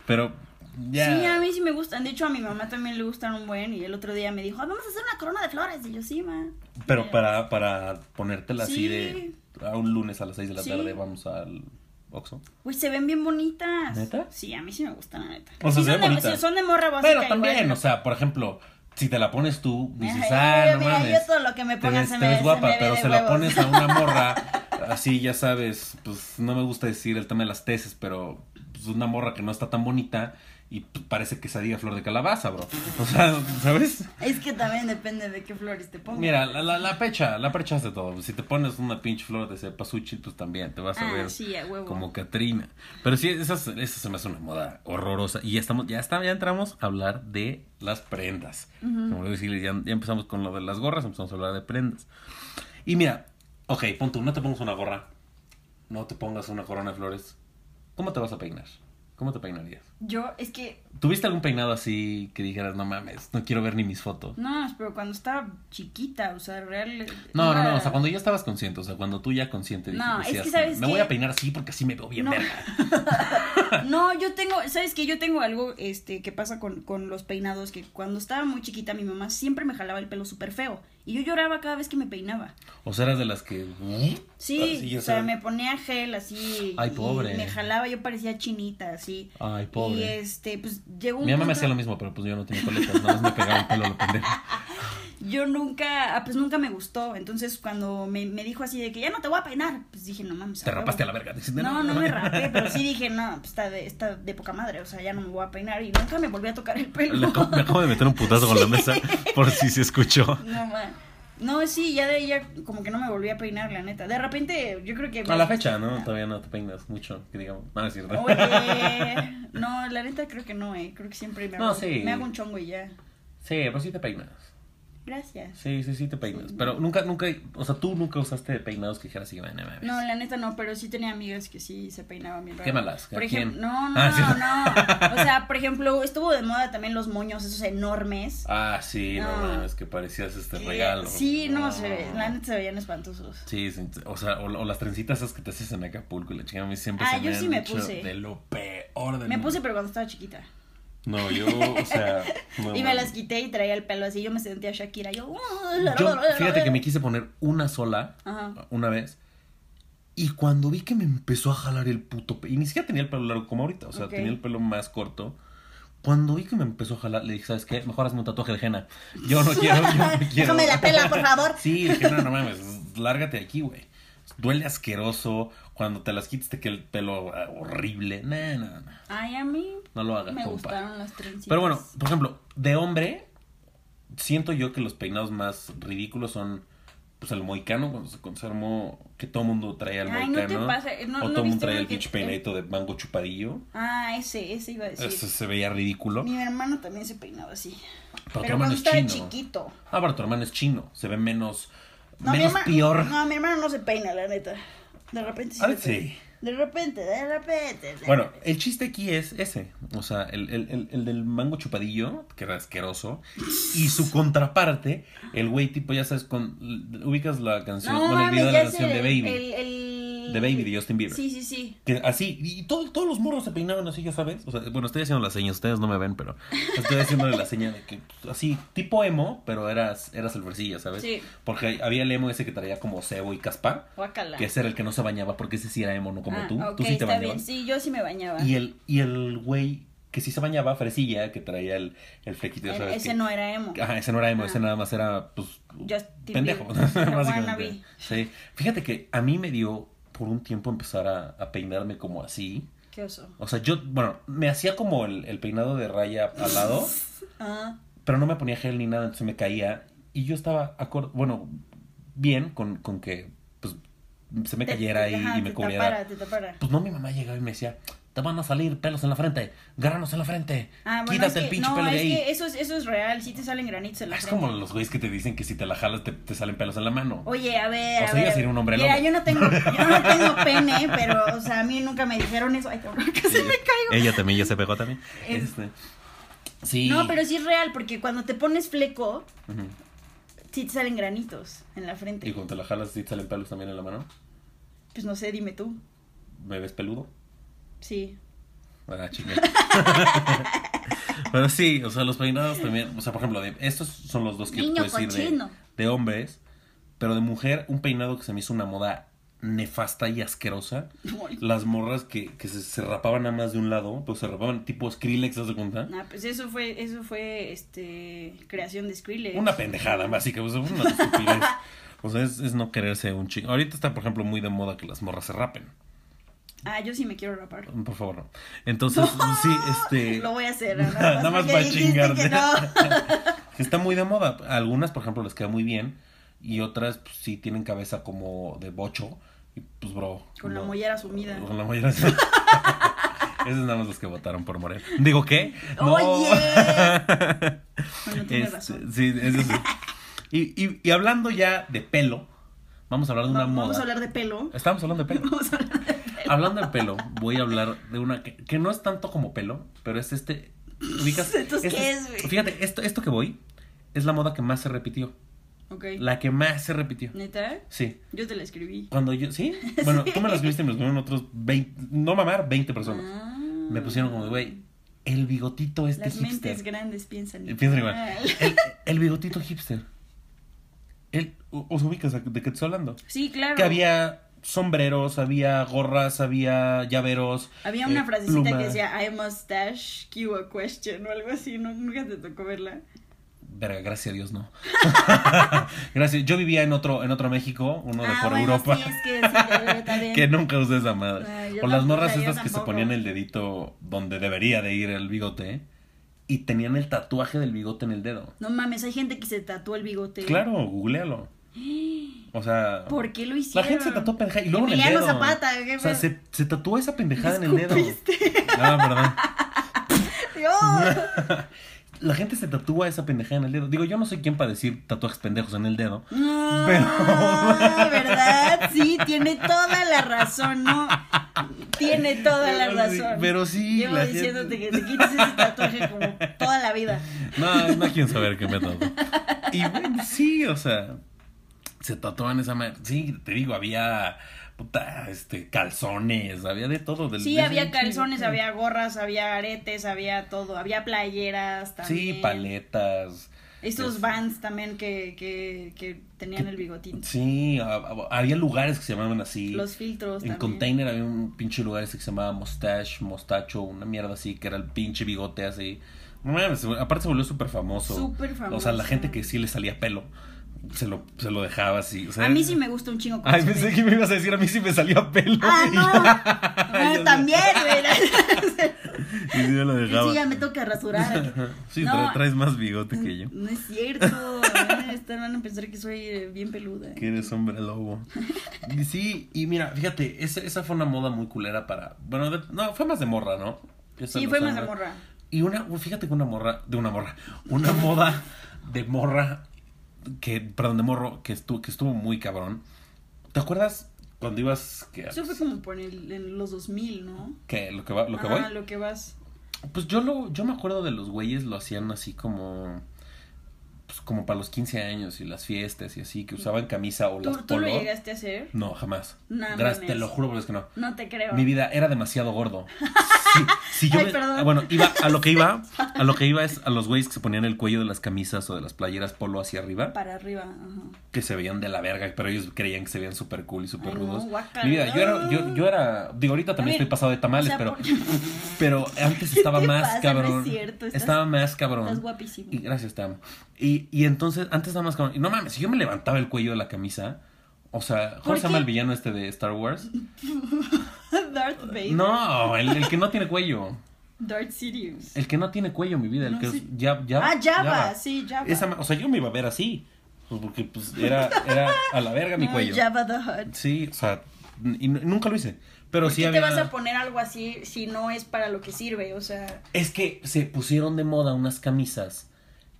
Speaker 1: Pero ya.
Speaker 2: Sí, a mí sí me gustan. De hecho, a mi mamá también le gustan un buen. Y el otro día me dijo, "Ah, vamos a hacer una corona de flores. Y yo, sí, ma.
Speaker 1: Pero para, para ponértela así
Speaker 2: Sí.
Speaker 1: de a un lunes a las 6 de la
Speaker 2: Sí.
Speaker 1: tarde vamos al Oxxo.
Speaker 2: Uy, se ven bien bonitas.
Speaker 1: ¿Neta?
Speaker 2: Sí, a mí sí me gustan, la neta.
Speaker 1: O sea, se
Speaker 2: Sí son
Speaker 1: ven
Speaker 2: de-
Speaker 1: bonitas.
Speaker 2: Pues sí, son de morra básica.
Speaker 1: Pero también,
Speaker 2: igual.
Speaker 1: o sea, por ejemplo, si te la pones tú, dices, ah,
Speaker 2: Ay,
Speaker 1: no
Speaker 2: mira,
Speaker 1: mames.
Speaker 2: Yo todo lo que me
Speaker 1: Te
Speaker 2: pongan
Speaker 1: ves,
Speaker 2: se
Speaker 1: te
Speaker 2: me,
Speaker 1: ves
Speaker 2: se
Speaker 1: guapa,
Speaker 2: me ve
Speaker 1: pero
Speaker 2: de
Speaker 1: se la
Speaker 2: huevos.
Speaker 1: pones a una morra así, ya sabes, pues no me gusta decir el tema de las tesis, pero pues, una morra que no está tan bonita y pues, parece quesadilla flor de calabaza, bro. O sea, ¿sabes?
Speaker 2: Es que también depende de qué flores te pongas.
Speaker 1: Mira, la, la, la pecha, la pecha hace todo. Si te pones una pinche flor de cempasúchil, pues también te vas a
Speaker 2: Ah,
Speaker 1: ver
Speaker 2: sí, a huevo.
Speaker 1: como Catrina. Pero sí, esa, es- esa se me hace una moda horrorosa. Y ya estamos, ya está, ya entramos a hablar de las prendas. Como les decía, ya, ya empezamos con lo de las gorras, empezamos a hablar de prendas. Y mira, ok, punto, no te pongas una gorra, no te pongas una corona de flores. ¿Cómo te vas a peinar? ¿Cómo te peinarías?
Speaker 2: Yo, es que,
Speaker 1: ¿Tuviste algún peinado así que dijeras, no mames, no quiero ver ni mis fotos?
Speaker 2: no, pero cuando estaba chiquita, o sea, real. eh,
Speaker 1: No, no,
Speaker 2: iba-
Speaker 1: no, o sea, cuando ya estabas consciente, o sea, cuando tú ya consciente dij-
Speaker 2: No, es que
Speaker 1: decías,
Speaker 2: ¿sabes
Speaker 1: me
Speaker 2: qué?
Speaker 1: voy a peinar así porque así me veo bien
Speaker 2: No.
Speaker 1: verga.
Speaker 2: No, yo tengo, ¿sabes qué? Yo tengo algo este, que pasa con, con los peinados, que cuando estaba muy chiquita mi mamá siempre me jalaba el pelo súper feo. Y yo lloraba cada vez que me peinaba.
Speaker 1: O sea, eras de las que... ¿eh? Ah,
Speaker 2: Sí,
Speaker 1: Así,
Speaker 2: o sea,
Speaker 1: sea,
Speaker 2: me ponía gel así.
Speaker 1: Ay,
Speaker 2: y
Speaker 1: pobre.
Speaker 2: me jalaba, yo parecía chinita, así.
Speaker 1: Ay,
Speaker 2: Y
Speaker 1: pobre.
Speaker 2: este, pues llegó un
Speaker 1: Mi mamá me
Speaker 2: punto-
Speaker 1: hacía lo mismo, pero pues yo no tenía coletas, nada más me pegaba el pelo a lo pendejo.
Speaker 2: Yo nunca, ah, pues nunca me gustó. Entonces, cuando me, me dijo así de que ya no te voy a peinar, pues dije, no mames.
Speaker 1: Te
Speaker 2: huevo.
Speaker 1: rapaste a la verga. Dices,
Speaker 2: No, no
Speaker 1: mames.
Speaker 2: me rapé, pero sí dije, no, pues está de, está de poca madre, o sea, ya no me voy a peinar. Y nunca me volví a tocar el pelo.
Speaker 1: Le acabo- me acabo de meter un putazo con la mesa por si se escuchó.
Speaker 2: No, ma. No, sí, ya de ahí ya como que no me volví a peinar, la neta. De repente, yo creo que.
Speaker 1: A la fecha, ¿no? Todavía no te peinas mucho, que digamos. No, es cierto.
Speaker 2: Oye. No, la neta creo que no, eh. Creo que siempre me hago,
Speaker 1: No, sí.
Speaker 2: me hago un chongo y ya.
Speaker 1: Sí, pero sí te peinas.
Speaker 2: Gracias.
Speaker 1: Sí, sí, sí te peinas. Pero nunca, nunca, o sea, tú nunca usaste peinados que dijeras así, bueno, mames.
Speaker 2: No, la neta no, pero sí tenía amigas que sí se peinaban bien raro.
Speaker 1: Quémalas, ¿a
Speaker 2: Por ejemplo,
Speaker 1: quién?
Speaker 2: no, no,
Speaker 1: Ah, sí.
Speaker 2: no. O sea, por ejemplo, estuvo de moda también los moños, esos enormes.
Speaker 1: Ah, sí, no,
Speaker 2: No.
Speaker 1: mames, que parecías este
Speaker 2: Que-
Speaker 1: regalo.
Speaker 2: Sí, no, se ve- la
Speaker 1: No.
Speaker 2: neta se veían espantosos.
Speaker 1: Sí, sí, o sea, o, o las trencitas esas que te haces en Acapulco y la chingada a mí siempre
Speaker 2: Ah,
Speaker 1: se
Speaker 2: yo
Speaker 1: me
Speaker 2: sí
Speaker 1: han
Speaker 2: me
Speaker 1: hecho
Speaker 2: puse.
Speaker 1: de lo peor del
Speaker 2: Me
Speaker 1: mundo.
Speaker 2: puse, pero cuando estaba chiquita.
Speaker 1: No, yo, o sea... no,
Speaker 2: y me
Speaker 1: no.
Speaker 2: las quité y traía el pelo así. Yo me sentía Shakira. Yo,
Speaker 1: Yo, fíjate que me quise poner una sola,
Speaker 2: Ajá.
Speaker 1: una vez, y cuando vi que me empezó a jalar el puto... pe- Y ni siquiera tenía el pelo largo como ahorita, o sea,
Speaker 2: Ok.
Speaker 1: tenía el pelo más corto. Cuando vi que me empezó a jalar, le dije, ¿sabes qué? Mejor hazme un tatuaje de henna. Yo no quiero, yo no quiero.
Speaker 2: Déjame la pela, por favor.
Speaker 1: Sí, dije, no, no mames, lárgate de aquí, güey. Duele asqueroso. Cuando te las quites, te queda el pelo ah, horrible. No, no, no.
Speaker 2: Ay, a mí
Speaker 1: No lo hagas,
Speaker 2: me
Speaker 1: compa.
Speaker 2: gustaron las trencitas.
Speaker 1: Pero bueno, por ejemplo, de hombre, siento yo que los peinados más ridículos son. Pues el moicano, cuando se conservó, que todo mundo traía el
Speaker 2: Ay, no te
Speaker 1: moicano.
Speaker 2: pases, no-
Speaker 1: o
Speaker 2: no
Speaker 1: todo mundo
Speaker 2: viste
Speaker 1: traía
Speaker 2: uno
Speaker 1: el
Speaker 2: que-
Speaker 1: pinche peinadito de mango chupadillo.
Speaker 2: Ah, ese, ese iba a decir.
Speaker 1: Eso se veía ridículo.
Speaker 2: Mi hermano también se peinaba así.
Speaker 1: Pero tu
Speaker 2: Pero
Speaker 1: hermano
Speaker 2: cuando
Speaker 1: es
Speaker 2: estaba
Speaker 1: chino.
Speaker 2: chiquito.
Speaker 1: Ah, pero tu hermano es chino. Se ve menos.
Speaker 2: No, mi
Speaker 1: menos
Speaker 2: hermano-
Speaker 1: peor.
Speaker 2: No, mi hermano no se peina, la neta. De repente sí.
Speaker 1: Ah,
Speaker 2: se
Speaker 1: sí.
Speaker 2: peina. De repente, de repente. de
Speaker 1: Bueno,
Speaker 2: repente.
Speaker 1: el chiste aquí es ese. O sea, el, el- el- el del mango chupadillo, que era asqueroso. Y su contraparte, el güey tipo, ya sabes, con ubicas la canción,
Speaker 2: No,
Speaker 1: bueno, el
Speaker 2: mames,
Speaker 1: video de
Speaker 2: ya
Speaker 1: la canción
Speaker 2: sé,
Speaker 1: de Baby.
Speaker 2: El, el-
Speaker 1: De Baby de Justin Bieber.
Speaker 2: Sí, sí, sí.
Speaker 1: Que así, y todo- todos los morros se peinaron así, ya sabes. O sea, bueno, estoy haciendo las señas, ustedes no me ven, pero estoy haciéndole la seña de que pues, así, tipo emo, pero eras, eras silvercilla, ¿sabes?
Speaker 2: Sí.
Speaker 1: Porque había el emo ese que traía como cebo y caspa,
Speaker 2: Guácala.
Speaker 1: que ese era el que no se bañaba, porque ese sí era emo, no como
Speaker 2: Ah,
Speaker 1: tú.
Speaker 2: ok,
Speaker 1: tú sí te
Speaker 2: está bien.
Speaker 1: bañabas.
Speaker 2: Sí, yo sí me bañaba.
Speaker 1: Y el, y el güey que sí se bañaba, fresilla, que traía el, el flequito, ya
Speaker 2: El-
Speaker 1: ¿sabes?
Speaker 2: E- ese
Speaker 1: que-
Speaker 2: no era emo.
Speaker 1: Ajá, ese no era emo, ese
Speaker 2: Ah.
Speaker 1: nada más era, pues,
Speaker 2: Justin
Speaker 1: pendejo,
Speaker 2: Bieber. Era wannabe.
Speaker 1: básicamente. Sí. Fíjate que a mí me dio por un tiempo empezar a, a peinarme como así.
Speaker 2: Qué oso.
Speaker 1: O sea, yo, bueno, me hacía como el, el peinado de raya al lado,
Speaker 2: Ah,
Speaker 1: pero no me ponía gel ni nada, entonces me caía. Y yo estaba, acor- bueno, bien con, con que, pues, se me
Speaker 2: te-
Speaker 1: cayera
Speaker 2: te-
Speaker 1: y,
Speaker 2: ajá,
Speaker 1: y me
Speaker 2: te
Speaker 1: cubriera.
Speaker 2: tapara, te tapara.
Speaker 1: Pues no, mi mamá llegaba y me decía, te van a salir pelos en la frente, granos en la frente,
Speaker 2: Ah, bueno,
Speaker 1: quítate
Speaker 2: es que,
Speaker 1: el pinche
Speaker 2: no,
Speaker 1: pelo de
Speaker 2: es
Speaker 1: ahí.
Speaker 2: que eso es, eso es real. Sí te salen granitos en la
Speaker 1: Es
Speaker 2: frente.
Speaker 1: como los güeyes que te dicen que si te la jalas te, te salen pelos en la mano.
Speaker 2: Oye, a ver,
Speaker 1: O
Speaker 2: a
Speaker 1: sea, yo
Speaker 2: ver.
Speaker 1: sería un hombre
Speaker 2: Mira,
Speaker 1: lobo.
Speaker 2: yo no tengo, yo no tengo pene, pero, o sea, a mí nunca me dijeron eso. Ay, cabrón, casi
Speaker 1: Sí,
Speaker 2: me caigo.
Speaker 1: Ella también ya se pegó también.
Speaker 2: Es-
Speaker 1: Este, sí.
Speaker 2: No, pero sí es real, porque cuando te pones fleco,
Speaker 1: Ujú.
Speaker 2: sí te salen granitos en la frente.
Speaker 1: Y cuando te la jalas sí te salen pelos también en la mano.
Speaker 2: Pues no sé, dime tú.
Speaker 1: ¿Me ves peludo?
Speaker 2: Sí.
Speaker 1: Ah, chinga. Pero sí, o sea, los peinados también. O sea, por ejemplo, de- estos son los dos que
Speaker 2: Niño
Speaker 1: puedes decir de,
Speaker 2: cochino.
Speaker 1: de hombres. Pero de mujer, un peinado que se me hizo una moda nefasta y asquerosa. Las morras que, que se, se rapaban nada más de un lado, pero se rapaban tipo Skrillex, ¿te das de cuenta?
Speaker 2: Ah, pues eso fue, eso fue, este, creación de Skrillex.
Speaker 1: Una pendejada, básicamente. O sea, una estupidez. O sea, es, es no quererse un chingo. Ahorita está, por ejemplo, muy de moda que las morras se rapen.
Speaker 2: Ah, yo sí me quiero rapar.
Speaker 1: Por favor, no. Entonces, sí, este.
Speaker 2: Lo voy a hacer. Nada más,
Speaker 1: Nada más
Speaker 2: porque
Speaker 1: para
Speaker 2: dijiste que
Speaker 1: chingarte.
Speaker 2: no.
Speaker 1: Está muy de moda. Algunas, por ejemplo, les queda muy bien. Y otras, pues, sí tienen cabeza como de bocho. Y pues, bro.
Speaker 2: Con la
Speaker 1: no.
Speaker 2: mollera sumida.
Speaker 1: Con la mollera sumida. Esos nada más los que votaron por Morel. Digo, ¿qué?
Speaker 2: Oye. Bueno, tienes
Speaker 1: Este,
Speaker 2: razón.
Speaker 1: sí, eso sí. Y, y- y hablando ya de pelo, vamos a hablar de una
Speaker 2: Va-
Speaker 1: moda.
Speaker 2: Vamos a hablar de pelo.
Speaker 1: Estamos hablando de pelo.
Speaker 2: Vamos a hablar de
Speaker 1: hablando de pelo, voy a hablar de una que, que no es tanto como pelo, pero es este. ubicas-
Speaker 2: Entonces, ¿qué
Speaker 1: este-
Speaker 2: es, güey?
Speaker 1: Fíjate, esto, esto que voy es la moda que más se repitió.
Speaker 2: Ok.
Speaker 1: La que más se repitió.
Speaker 2: ¿Neta?
Speaker 1: Sí.
Speaker 2: Yo te la escribí.
Speaker 1: Cuando yo. ¿Sí? Bueno, tú me las viste y me las vieron otros 20. No mamar, 20 personas.
Speaker 2: Ah.
Speaker 1: Me pusieron como, de, güey, el bigotito este
Speaker 2: Las
Speaker 1: hipster.
Speaker 2: mentes grandes Ah. piensan.
Speaker 1: Eh, Piensa igual.
Speaker 2: igual.
Speaker 1: El, el bigotito hipster. El, o- ¿Os ubicas a- de qué te estoy hablando?
Speaker 2: Sí, claro.
Speaker 1: Que había sombreros, había gorras, había llaveros.
Speaker 2: Había una
Speaker 1: eh,
Speaker 2: frasecita
Speaker 1: pluma.
Speaker 2: que decía I must dash you a question o algo así. ¿no? Nunca te tocó verla.
Speaker 1: Verga, gracias a Dios, no. gracias. Yo vivía en otro, en otro México, uno de
Speaker 2: ah,
Speaker 1: por
Speaker 2: bueno,
Speaker 1: Europa.
Speaker 2: sí, es que sí, yo también.
Speaker 1: Que nunca usé esa madre.
Speaker 2: Ay, Ah, yo
Speaker 1: o las
Speaker 2: tampoco,
Speaker 1: morras
Speaker 2: yo
Speaker 1: estas que se
Speaker 2: tampoco.
Speaker 1: ponían el dedito donde debería de ir el bigote. Y tenían el tatuaje del bigote en el dedo.
Speaker 2: No mames, hay gente que se tatuó el bigote.
Speaker 1: Claro, googlealo. O sea.
Speaker 2: ¿Por qué lo
Speaker 1: La
Speaker 2: hicieron?
Speaker 1: gente se tatuó pendejada y luego en el
Speaker 2: Emiliano
Speaker 1: dedo.
Speaker 2: Zapata, ¿qué
Speaker 1: o sea,
Speaker 2: pedo?
Speaker 1: se, se tatuó esa pendejada en el
Speaker 2: ¿Me
Speaker 1: dedo.
Speaker 2: escupiste?
Speaker 1: No, perdón.
Speaker 2: Dios.
Speaker 1: La gente se tatúa esa pendejada en el dedo. Digo, yo no soy quien para decir tatuajes pendejos en el dedo.
Speaker 2: Ah, ¿Verdad? Sí, tiene toda la razón, ¿no? Tiene toda la
Speaker 1: Pero sí,
Speaker 2: razón.
Speaker 1: pero sí,
Speaker 2: Llevo
Speaker 1: la
Speaker 2: diciéndote
Speaker 1: gente-
Speaker 2: que te quites ese tatuaje como toda la vida.
Speaker 1: No, no quieren saber qué me tatuó. Y bueno, sí, o sea, se tatúan esa madre. Sí, te digo, había puta, este, calzones, había de todo. del-
Speaker 2: Sí,
Speaker 1: de-
Speaker 2: había calzones, había gorras, había aretes, había todo. Había playeras también.
Speaker 1: Sí, paletas.
Speaker 2: Estos
Speaker 1: Es-
Speaker 2: vans también que, que, que tenían el bigotín.
Speaker 1: Sí, a- a- había lugares que se llamaban así.
Speaker 2: Los filtros
Speaker 1: En
Speaker 2: también.
Speaker 1: container había un pinche lugar ese que se llamaba Mustache, Mostacho, una mierda así, que era el pinche bigote así. No mames, se vol- aparte se volvió súper famoso.
Speaker 2: Súper
Speaker 1: O sea, la
Speaker 2: famoso.
Speaker 1: gente que sí le salía pelo, se lo, se lo dejaba así. o sea,
Speaker 2: A mí sí me gusta un chingo.
Speaker 1: ¿eh? Ay,
Speaker 2: cuando se
Speaker 1: pensé
Speaker 2: ve.
Speaker 1: que me ibas a decir, a mí sí me salía pelo.
Speaker 2: Ah,
Speaker 1: Y
Speaker 2: no.
Speaker 1: Ya
Speaker 2: Ah,
Speaker 1: sé.
Speaker 2: también, güey.
Speaker 1: Y sí, yo lo dejaba.
Speaker 2: Sí, ya me toca rasurar.
Speaker 1: Sí,
Speaker 2: No.
Speaker 1: tra- traes más bigote que yo.
Speaker 2: No es cierto. Van a estar- van a pensar que soy eh, bien peluda.
Speaker 1: Que eres hombre lobo. Y sí, y mira, fíjate, esa, esa fue una moda muy culera para. Bueno, de- no, fue más de morra, ¿no? Esa-
Speaker 2: Sí, fue
Speaker 1: esa
Speaker 2: más de
Speaker 1: moda.
Speaker 2: morra.
Speaker 1: Y una, fíjate que una morra, de una morra, una moda de morra, que, perdón, de morro, que estuvo, que estuvo muy cabrón. ¿Te acuerdas Cuando ibas... ¿qué?
Speaker 2: Eso fue como por el- en los 2000, ¿no?
Speaker 1: ¿Qué? ¿Lo que, va, lo que
Speaker 2: Ajá,
Speaker 1: voy?
Speaker 2: lo que vas.
Speaker 1: Pues yo lo, yo me acuerdo de los güeyes lo hacían así como... Pues como para los 15 años y las fiestas y así, que usaban camisa o
Speaker 2: ¿Tú,
Speaker 1: las
Speaker 2: tú lo
Speaker 1: polo.
Speaker 2: llegaste a hacer?
Speaker 1: No, jamás.
Speaker 2: No
Speaker 1: Gracias,
Speaker 2: mames.
Speaker 1: te lo juro, pero es que no.
Speaker 2: No te creo.
Speaker 1: Mi vida era demasiado gordo. Si, si yo
Speaker 2: Ay,
Speaker 1: me-
Speaker 2: perdón.
Speaker 1: ah, bueno, iba a lo que iba, a lo que iba es a los güeyes que se ponían el cuello de las camisas o de las playeras polo hacia arriba,
Speaker 2: Para arriba, ajá.
Speaker 1: que se veían de la verga, pero ellos creían que se veían súper cool y súper
Speaker 2: Ay, no,
Speaker 1: rudos.
Speaker 2: guácala.
Speaker 1: Mi vida, yo era, yo, yo era, digo, ahorita también
Speaker 2: A ver,
Speaker 1: estoy pasado de tamales,
Speaker 2: o sea,
Speaker 1: pero,
Speaker 2: por-
Speaker 1: pero antes estaba
Speaker 2: te
Speaker 1: más
Speaker 2: pasa? No es
Speaker 1: cabrón.
Speaker 2: cierto, estás-
Speaker 1: estaba más cabrón.
Speaker 2: Estás guapísimo.
Speaker 1: Y gracias, te amo. Y, y entonces, antes nada más como, y no mames, si yo me levantaba el cuello de la camisa, o sea,
Speaker 2: ¿Por
Speaker 1: ¿cómo se llama
Speaker 2: qué?
Speaker 1: el villano este de Star Wars?
Speaker 2: Darth Vader.
Speaker 1: No, el, el que no tiene cuello.
Speaker 2: Darth Sirius.
Speaker 1: El que no tiene cuello, mi vida. El
Speaker 2: No,
Speaker 1: que
Speaker 2: sí.
Speaker 1: es ya, ya,
Speaker 2: ah, Java, sí, Java.
Speaker 1: Esa ma- o sea, yo me iba a ver así. pues, porque pues era, era a la verga mi
Speaker 2: No,
Speaker 1: cuello.
Speaker 2: Ah, Java the Hutt.
Speaker 1: Sí, o sea, n- y n- nunca lo hice. Pero
Speaker 2: ¿Por
Speaker 1: sí
Speaker 2: qué
Speaker 1: había.
Speaker 2: te vas a poner algo así si no es para lo que sirve? O sea,
Speaker 1: Es que se pusieron de moda unas camisas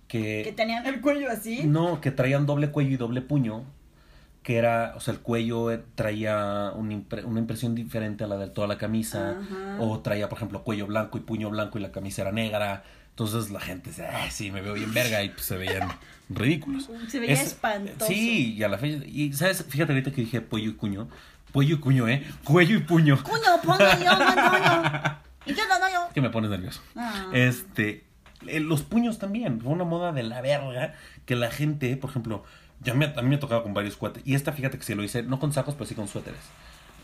Speaker 1: que.
Speaker 2: que tenían el cuello así.
Speaker 1: Eh. No, que traían doble cuello y doble puño. Que era, o sea, el cuello eh, traía una, impre- una impresión diferente a la de toda la camisa.
Speaker 2: Ajá.
Speaker 1: O traía, por ejemplo, cuello blanco y puño blanco y la camisa era negra. Entonces la gente dice, "Ah, sí, me veo bien verga. Y pues, se veían ridículos.
Speaker 2: Se veía
Speaker 1: Es-
Speaker 2: espantoso.
Speaker 1: Sí, y a la fecha. Y, ¿sabes? Fíjate ahorita que dije pollo y cuño. Pollo y cuño, ¿eh? Cuello y puño.
Speaker 2: Cuño, pongo yo, no, no, no. Y yo no, no, yo.
Speaker 1: Es que me pones nervioso.
Speaker 2: Ah.
Speaker 1: Este, eh, los puños también, fue una moda de la verga que la gente, por ejemplo, ya me, a mí me ha tocado con varios cuates, y esta fíjate que se lo hice, no con sacos, pero sí con suéteres.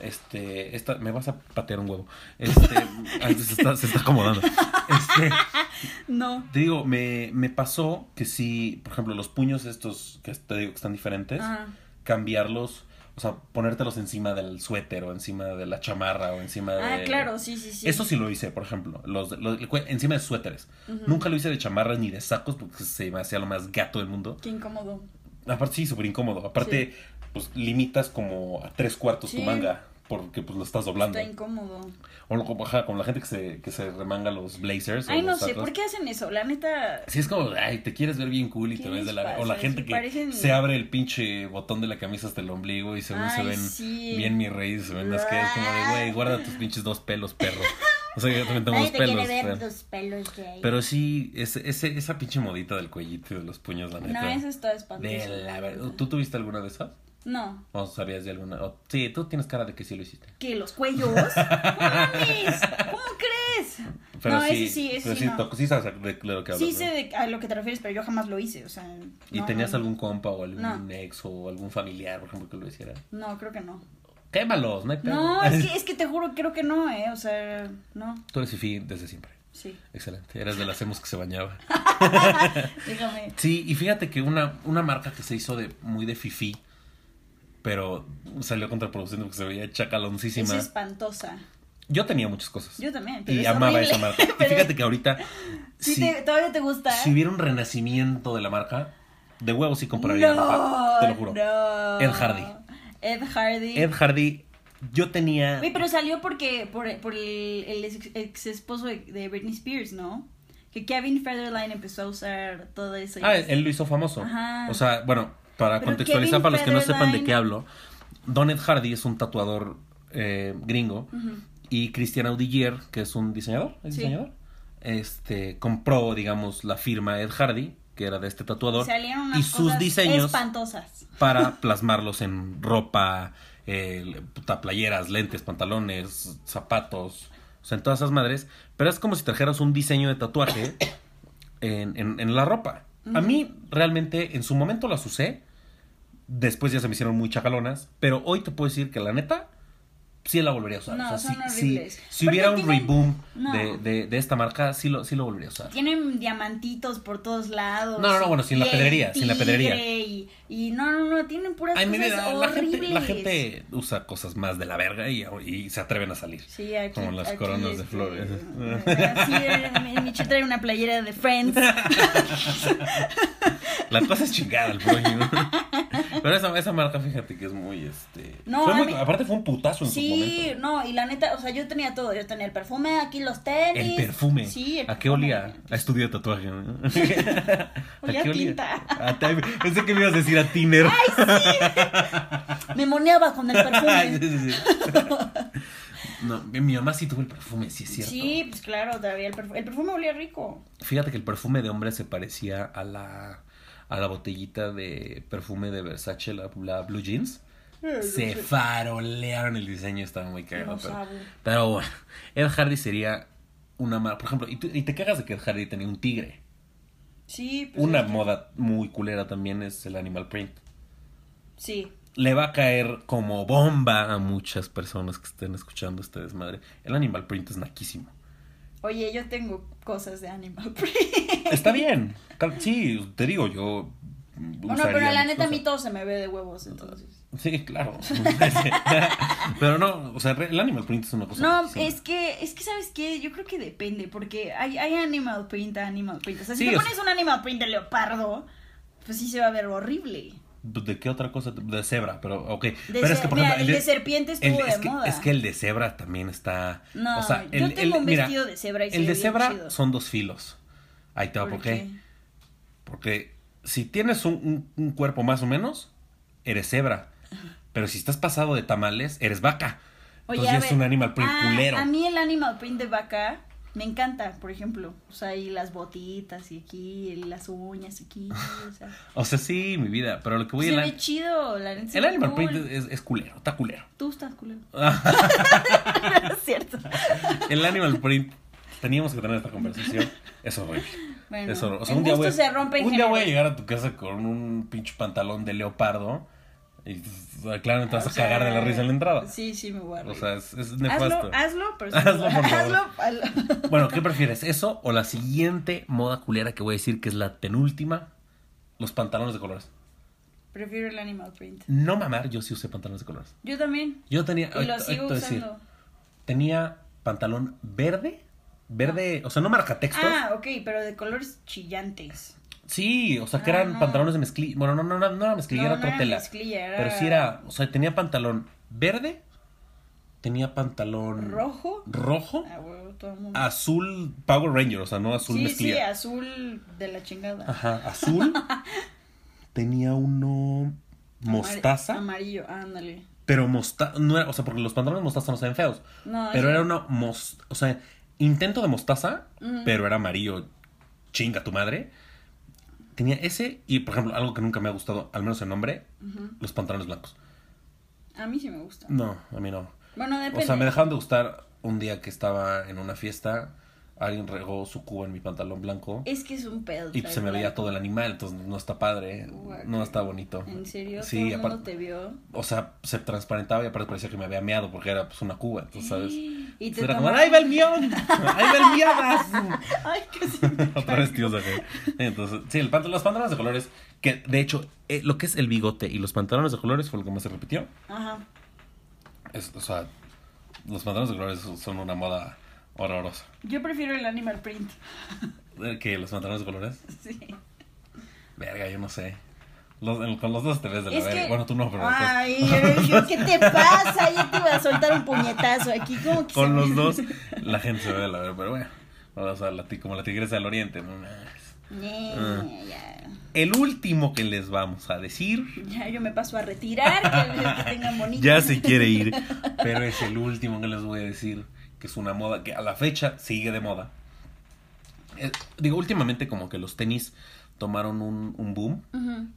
Speaker 1: Este, esta, me vas a patear un huevo. Este, ay, se, está, se está acomodando. Este,
Speaker 2: No.
Speaker 1: te digo, me, me pasó que sí, por ejemplo, los puños estos que te digo que están diferentes,
Speaker 2: Ah.
Speaker 1: cambiarlos, o sea, ponértelos encima del suéter o encima de la chamarra o encima de...
Speaker 2: Ah, claro, sí, sí, sí.
Speaker 1: Eh, Eso sí lo hice, por ejemplo, los, los- el cue- encima de suéteres. Nunca lo hice de chamarras ni de sacos porque se me hacía lo más gato del mundo.
Speaker 2: Qué incómodo.
Speaker 1: Aparte, sí, súper incómodo. Aparte, pues limitas como a tres cuartos
Speaker 2: Sí.
Speaker 1: tu manga porque pues lo estás doblando.
Speaker 2: Está incómodo.
Speaker 1: O lo- ajá, como la gente que se, que se remanga los blazers. o
Speaker 2: Ay, no
Speaker 1: los
Speaker 2: sé,
Speaker 1: sacos.
Speaker 2: ¿por qué hacen eso? La neta.
Speaker 1: Sí, es como, ay, te quieres ver bien cool y
Speaker 2: ¿Qué
Speaker 1: te ves de
Speaker 2: les
Speaker 1: la... O la
Speaker 2: pasa?
Speaker 1: gente
Speaker 2: Sí,
Speaker 1: que
Speaker 2: parecen-
Speaker 1: se abre el pinche botón de la camisa hasta el ombligo y según se
Speaker 2: Ay,
Speaker 1: ven
Speaker 2: sí.
Speaker 1: bien mi rey, se ven las que es como de, güey, guarda tus pinches dos pelos, perro. O sea, yo también tengo dos
Speaker 2: Nadie te
Speaker 1: pelos.
Speaker 2: quiere ver
Speaker 1: pero-
Speaker 2: tus pelos gay.
Speaker 1: Pero sí, ese, ese- esa pinche modita del cuellito y de los puños, la neta.
Speaker 2: No, eso está
Speaker 1: de
Speaker 2: espantoso.
Speaker 1: la verdad. ¿Tú tuviste alguna de esas?
Speaker 2: No.
Speaker 1: ¿O sabías de alguna? O- sí, tú tienes cara de que sí lo hiciste.
Speaker 2: ¿Qué? ¿Los cuellos? ¡No mames! ¿Cómo crees?
Speaker 1: Pero
Speaker 2: no,
Speaker 1: sí,
Speaker 2: ese sí, ese
Speaker 1: pero
Speaker 2: sí.
Speaker 1: sí,
Speaker 2: no.
Speaker 1: to- sí sabes de, de lo que hablas.
Speaker 2: Sí
Speaker 1: ¿no?
Speaker 2: sé de- a lo que te refieres, pero yo jamás lo hice, o sea.
Speaker 1: ¿Y
Speaker 2: no,
Speaker 1: tenías
Speaker 2: no,
Speaker 1: algún compa o algún
Speaker 2: No.
Speaker 1: ex o algún familiar, por ejemplo, que lo hiciera?
Speaker 2: No, creo que no.
Speaker 1: Quémalos, no hay pedo.
Speaker 2: No, es que, es que te juro, creo que no, ¿eh? O sea, no,
Speaker 1: Tú eres fifí desde siempre.
Speaker 2: sí.
Speaker 1: Excelente. Eras de las hemos que se bañaba.
Speaker 2: Déjame.
Speaker 1: Sí, y fíjate que una, una marca que se hizo de muy de fifí, pero salió contraproducente porque se veía
Speaker 2: Es
Speaker 1: chacaloncísima.
Speaker 2: espantosa.
Speaker 1: Yo tenía muchas cosas.
Speaker 2: Yo también. Pero
Speaker 1: Y
Speaker 2: es
Speaker 1: amaba
Speaker 2: horrible.
Speaker 1: esa marca. Y
Speaker 2: Pero-
Speaker 1: fíjate que ahorita,
Speaker 2: Sí,
Speaker 1: si,
Speaker 2: te- todavía te gusta. ¿eh?
Speaker 1: si hubiera un renacimiento de la marca, de huevos sí compraría
Speaker 2: no,
Speaker 1: ropa, Te lo juro.
Speaker 2: No.
Speaker 1: Ed Hardy.
Speaker 2: Ed Hardy.
Speaker 1: Ed Hardy, yo tenía.
Speaker 2: Güey, pero salió porque por, por el, el ex, ex esposo de, de Britney Spears, ¿no? Que Kevin Federline empezó a usar todo eso.
Speaker 1: Ah, él lo hizo famoso.
Speaker 2: Ajá.
Speaker 1: O sea, bueno, para
Speaker 2: Pero
Speaker 1: contextualizar
Speaker 2: Kevin
Speaker 1: para los que no sepan de
Speaker 2: Federline-
Speaker 1: qué hablo, Don Ed Hardy es un tatuador eh, gringo y Christian Audigier, que es un diseñador, ¿es
Speaker 2: Sí.
Speaker 1: diseñador? Este, compró, digamos, la firma Ed Hardy, que era de este tatuador,
Speaker 2: Salieron unas
Speaker 1: y sus
Speaker 2: cosas
Speaker 1: diseños
Speaker 2: espantosas.
Speaker 1: para plasmarlos en ropa, eh, puta, playeras, lentes, pantalones, zapatos, o sea, en todas esas madres. Pero es como si trajeras un diseño de tatuaje en, en- en la ropa. A mí realmente en su momento las usé, después ya se me hicieron muy chacalonas, pero hoy te puedo decir que la neta sí la volvería a usar.
Speaker 2: No,
Speaker 1: o sea,
Speaker 2: son
Speaker 1: sí- sí-
Speaker 2: horribles.
Speaker 1: si,
Speaker 2: Porque
Speaker 1: hubiera un
Speaker 2: tienen-
Speaker 1: reboom
Speaker 2: No.
Speaker 1: de, de- de esta marca, sí lo, sí lo volvería a usar.
Speaker 2: Tienen diamantitos por todos lados.
Speaker 1: No, no, no, bueno, sin la
Speaker 2: Y el
Speaker 1: pedrería, sin la pedrería.
Speaker 2: tigre Y, y no, no, no, tienen puras
Speaker 1: Ay, mi
Speaker 2: cosas
Speaker 1: vida, la
Speaker 2: horribles.
Speaker 1: gente, la gente usa cosas más de la verga y, y se atreven a salir.
Speaker 2: Sí, aquí,
Speaker 1: Como las
Speaker 2: aquí,
Speaker 1: coronas de
Speaker 2: este, eh,
Speaker 1: flores.
Speaker 2: Sí, mi- mi chu trae una playera de Friends.
Speaker 1: La cosa es chingada al prójimo. Pero esa, esa marca, fíjate que es muy, este...
Speaker 2: No,
Speaker 1: fue
Speaker 2: a
Speaker 1: muy-
Speaker 2: mí-
Speaker 1: Aparte fue un putazo en su
Speaker 2: Sí,
Speaker 1: momento.
Speaker 2: no, y la neta, o sea, yo tenía todo. Yo tenía el perfume, aquí los tenis.
Speaker 1: El perfume.
Speaker 2: Sí, el
Speaker 1: ¿A qué
Speaker 2: perfume.
Speaker 1: olía? A estudio de tatuaje. ¿no?
Speaker 2: Olía a tinta.
Speaker 1: A ti- Pensé que me ibas a decir a tiner.
Speaker 2: me moneaba con el perfume.
Speaker 1: Sí, sí, sí. No, mi mi mamá sí tuvo el perfume, sí es cierto.
Speaker 2: Sí, pues claro, todavía el perfume, el perfume olía rico.
Speaker 1: Fíjate que el perfume de hombre se parecía a la, a la botellita de perfume de Versace, la, la Blue Jeans. Se farolearon el diseño, estaba muy cagado.
Speaker 2: No
Speaker 1: Pero,
Speaker 2: sabe.
Speaker 1: pero bueno, Ed Hardy sería una mala. Por ejemplo, y, tú- y te cagas de que Ed Hardy tenía un tigre.
Speaker 2: Sí, pues
Speaker 1: Una
Speaker 2: es que-
Speaker 1: moda muy culera también es el animal print.
Speaker 2: Sí.
Speaker 1: Le va a caer como bomba a muchas personas que estén escuchando este desmadre. El animal print es naquísimo.
Speaker 2: Oye, yo tengo cosas de Animal Print.
Speaker 1: Está bien. Tal- Sí, te digo, yo.
Speaker 2: Bueno,
Speaker 1: usaría
Speaker 2: pero la
Speaker 1: mis
Speaker 2: neta a mí
Speaker 1: cosas.
Speaker 2: todo se me ve de huevos, entonces.
Speaker 1: Sí, claro. pero no, o sea, re- el animal print es una cosa.
Speaker 2: No,
Speaker 1: naquísima.
Speaker 2: es que, es que, ¿sabes qué? Yo creo que depende, porque hay, hay animal print, a animal print. O sea, si
Speaker 1: Sí,
Speaker 2: te
Speaker 1: o
Speaker 2: pones un animal print de leopardo, pues sí se va a ver horrible.
Speaker 1: Pues, ¿De qué otra cosa? De cebra, pero ok.
Speaker 2: De
Speaker 1: pero
Speaker 2: ce-
Speaker 1: es que, por
Speaker 2: mira,
Speaker 1: ejemplo,
Speaker 2: el de serpiente estuvo de
Speaker 1: es que,
Speaker 2: moda.
Speaker 1: Es que el de cebra también está.
Speaker 2: No,
Speaker 1: o sea,
Speaker 2: yo
Speaker 1: el-
Speaker 2: tengo
Speaker 1: el-
Speaker 2: un
Speaker 1: mira,
Speaker 2: vestido de cebra y se
Speaker 1: El
Speaker 2: ve
Speaker 1: de
Speaker 2: bien
Speaker 1: cebra
Speaker 2: chido.
Speaker 1: son dos filos. Ahí te va, ¿por, qué? Porque si tienes un, un- un cuerpo más o menos, eres cebra. Pero si estás pasado de tamales, eres vaca. Entonces
Speaker 2: a
Speaker 1: Pues ya es
Speaker 2: ver,
Speaker 1: un animal print
Speaker 2: ah,
Speaker 1: culero.
Speaker 2: A mí el animal print de vaca me encanta, por ejemplo. O sea, y las botitas y aquí, y las uñas aquí. O sea,
Speaker 1: O sea, sí, mi vida. Pero lo que voy
Speaker 2: se
Speaker 1: el,
Speaker 2: ve
Speaker 1: an-
Speaker 2: chido. La neta, se
Speaker 1: el
Speaker 2: ve
Speaker 1: animal print
Speaker 2: cool.
Speaker 1: es, es culero, está culero.
Speaker 2: Tú estás culero. es cierto.
Speaker 1: El animal print, teníamos que tener esta conversación. Es horrible.
Speaker 2: Bueno,
Speaker 1: Es horror- o sea,
Speaker 2: en
Speaker 1: un día,
Speaker 2: gusto
Speaker 1: voy,
Speaker 2: se rompe en
Speaker 1: un día voy a
Speaker 2: géneros.
Speaker 1: llegar a tu casa con un pinche pantalón de leopardo y pues, claro, te vas
Speaker 2: O
Speaker 1: a
Speaker 2: sea,
Speaker 1: cagar de la risa en la entrada.
Speaker 2: Ah, Sí, sí, me voy a
Speaker 1: O
Speaker 2: reír.
Speaker 1: sea, es, es
Speaker 2: hazlo,
Speaker 1: nefasto.
Speaker 2: hazlo, pero sí
Speaker 1: Hazlo,
Speaker 2: me voy a-
Speaker 1: por favor.
Speaker 2: hazlo, hazlo.
Speaker 1: Bueno, ¿qué prefieres? ¿Eso o la siguiente moda culera que voy a decir que es la penúltima? Los pantalones de colores.
Speaker 2: Prefiero el animal print.
Speaker 1: No mamar, yo sí usé pantalones de colores.
Speaker 2: Yo también.
Speaker 1: Yo tenía.
Speaker 2: Y lo
Speaker 1: ahorita-
Speaker 2: sigo
Speaker 1: ahorita decir,
Speaker 2: usando.
Speaker 1: tenía pantalón verde. Verde, o sea, no marca textos.
Speaker 2: Ah, ok, pero de colores chillantes.
Speaker 1: Sí, o sea, que
Speaker 2: Ah,
Speaker 1: eran
Speaker 2: no.
Speaker 1: pantalones de mezclilla. Bueno, no, no, no, no era mezclilla,
Speaker 2: No,
Speaker 1: era
Speaker 2: no
Speaker 1: otra
Speaker 2: era
Speaker 1: tela.
Speaker 2: mezclilla, era-
Speaker 1: Pero sí era, o sea, tenía pantalón verde, tenía pantalón
Speaker 2: Rojo.
Speaker 1: rojo,
Speaker 2: Ah, huevo, todo el mundo.
Speaker 1: azul Power Ranger, o sea, no azul
Speaker 2: sí, sí,
Speaker 1: mezclilla. Ah,
Speaker 2: azul de la chingada.
Speaker 1: Ajá, azul. tenía uno
Speaker 2: Amar-
Speaker 1: mostaza,
Speaker 2: Amarillo, ándale.
Speaker 1: pero mostaza, no era, o sea, porque los pantalones mostaza no se ven feos.
Speaker 2: No,
Speaker 1: pero
Speaker 2: sí.
Speaker 1: era una mos, o sea, intento de mostaza,
Speaker 2: Ujú.
Speaker 1: pero era amarillo, chinga tu madre. Tenía ese y, por ejemplo, algo que nunca me ha gustado, al menos en nombre,
Speaker 2: Ujú.
Speaker 1: los pantalones blancos.
Speaker 2: A mí sí me gusta.
Speaker 1: No, a mí no.
Speaker 2: Bueno,
Speaker 1: Mm. O
Speaker 2: depende.
Speaker 1: sea, me dejaron de gustar un día que estaba en una fiesta, alguien regó su cuba en mi pantalón blanco
Speaker 2: Es que es un pedo.
Speaker 1: y pues, se me
Speaker 2: traer
Speaker 1: veía todo el animal, entonces no está padre,
Speaker 2: Guau.
Speaker 1: no está bonito.
Speaker 2: ¿En serio?
Speaker 1: Sí,
Speaker 2: ¿Todo el mundo
Speaker 1: aparte,
Speaker 2: te vio?
Speaker 1: o sea, se transparentaba y aparte parecía que me había meado porque era pues una cuba, entonces, ¿sabes?
Speaker 2: Y te
Speaker 1: Era como,
Speaker 2: tomaron-
Speaker 1: ¡ahí va el mión! ¡Ahí va el miadas!
Speaker 2: Ay, qué
Speaker 1: Otra vez tíos acá. Entonces, sí, el pantalón, los pantalones de colores, que de hecho, eh, lo que es el bigote y los pantalones de colores fue lo que más se repitió.
Speaker 2: Ajá.
Speaker 1: Es- o sea, los pantalones de colores son una moda horrorosa.
Speaker 2: Yo prefiero el animal print.
Speaker 1: Eh, Que los pantalones de colores,
Speaker 2: Sí.
Speaker 1: verga, yo no sé. Los- en- con los dos te ves de la verga. Bueno, tú no, pero pues,
Speaker 2: Ay, yo- ¿qué te pasa? Ya te voy a soltar un puñetazo aquí. ¿Cómo que se
Speaker 1: con
Speaker 2: me-
Speaker 1: los dos la gente se ve de la verga. Pero bueno, o sea, la ti- como la tigresa del oriente. no mames.
Speaker 2: Ne,
Speaker 1: Ah.
Speaker 2: ya.
Speaker 1: El último que les vamos a decir
Speaker 2: Ya, yo me paso a retirar. Que, que tengan bonito.
Speaker 1: Ya se quiere ir. Pero es el último que les voy a decir. Que es una moda que a la fecha sigue de moda. Eh, digo, últimamente como que los tenis tomaron un, un boom.
Speaker 2: Ujú.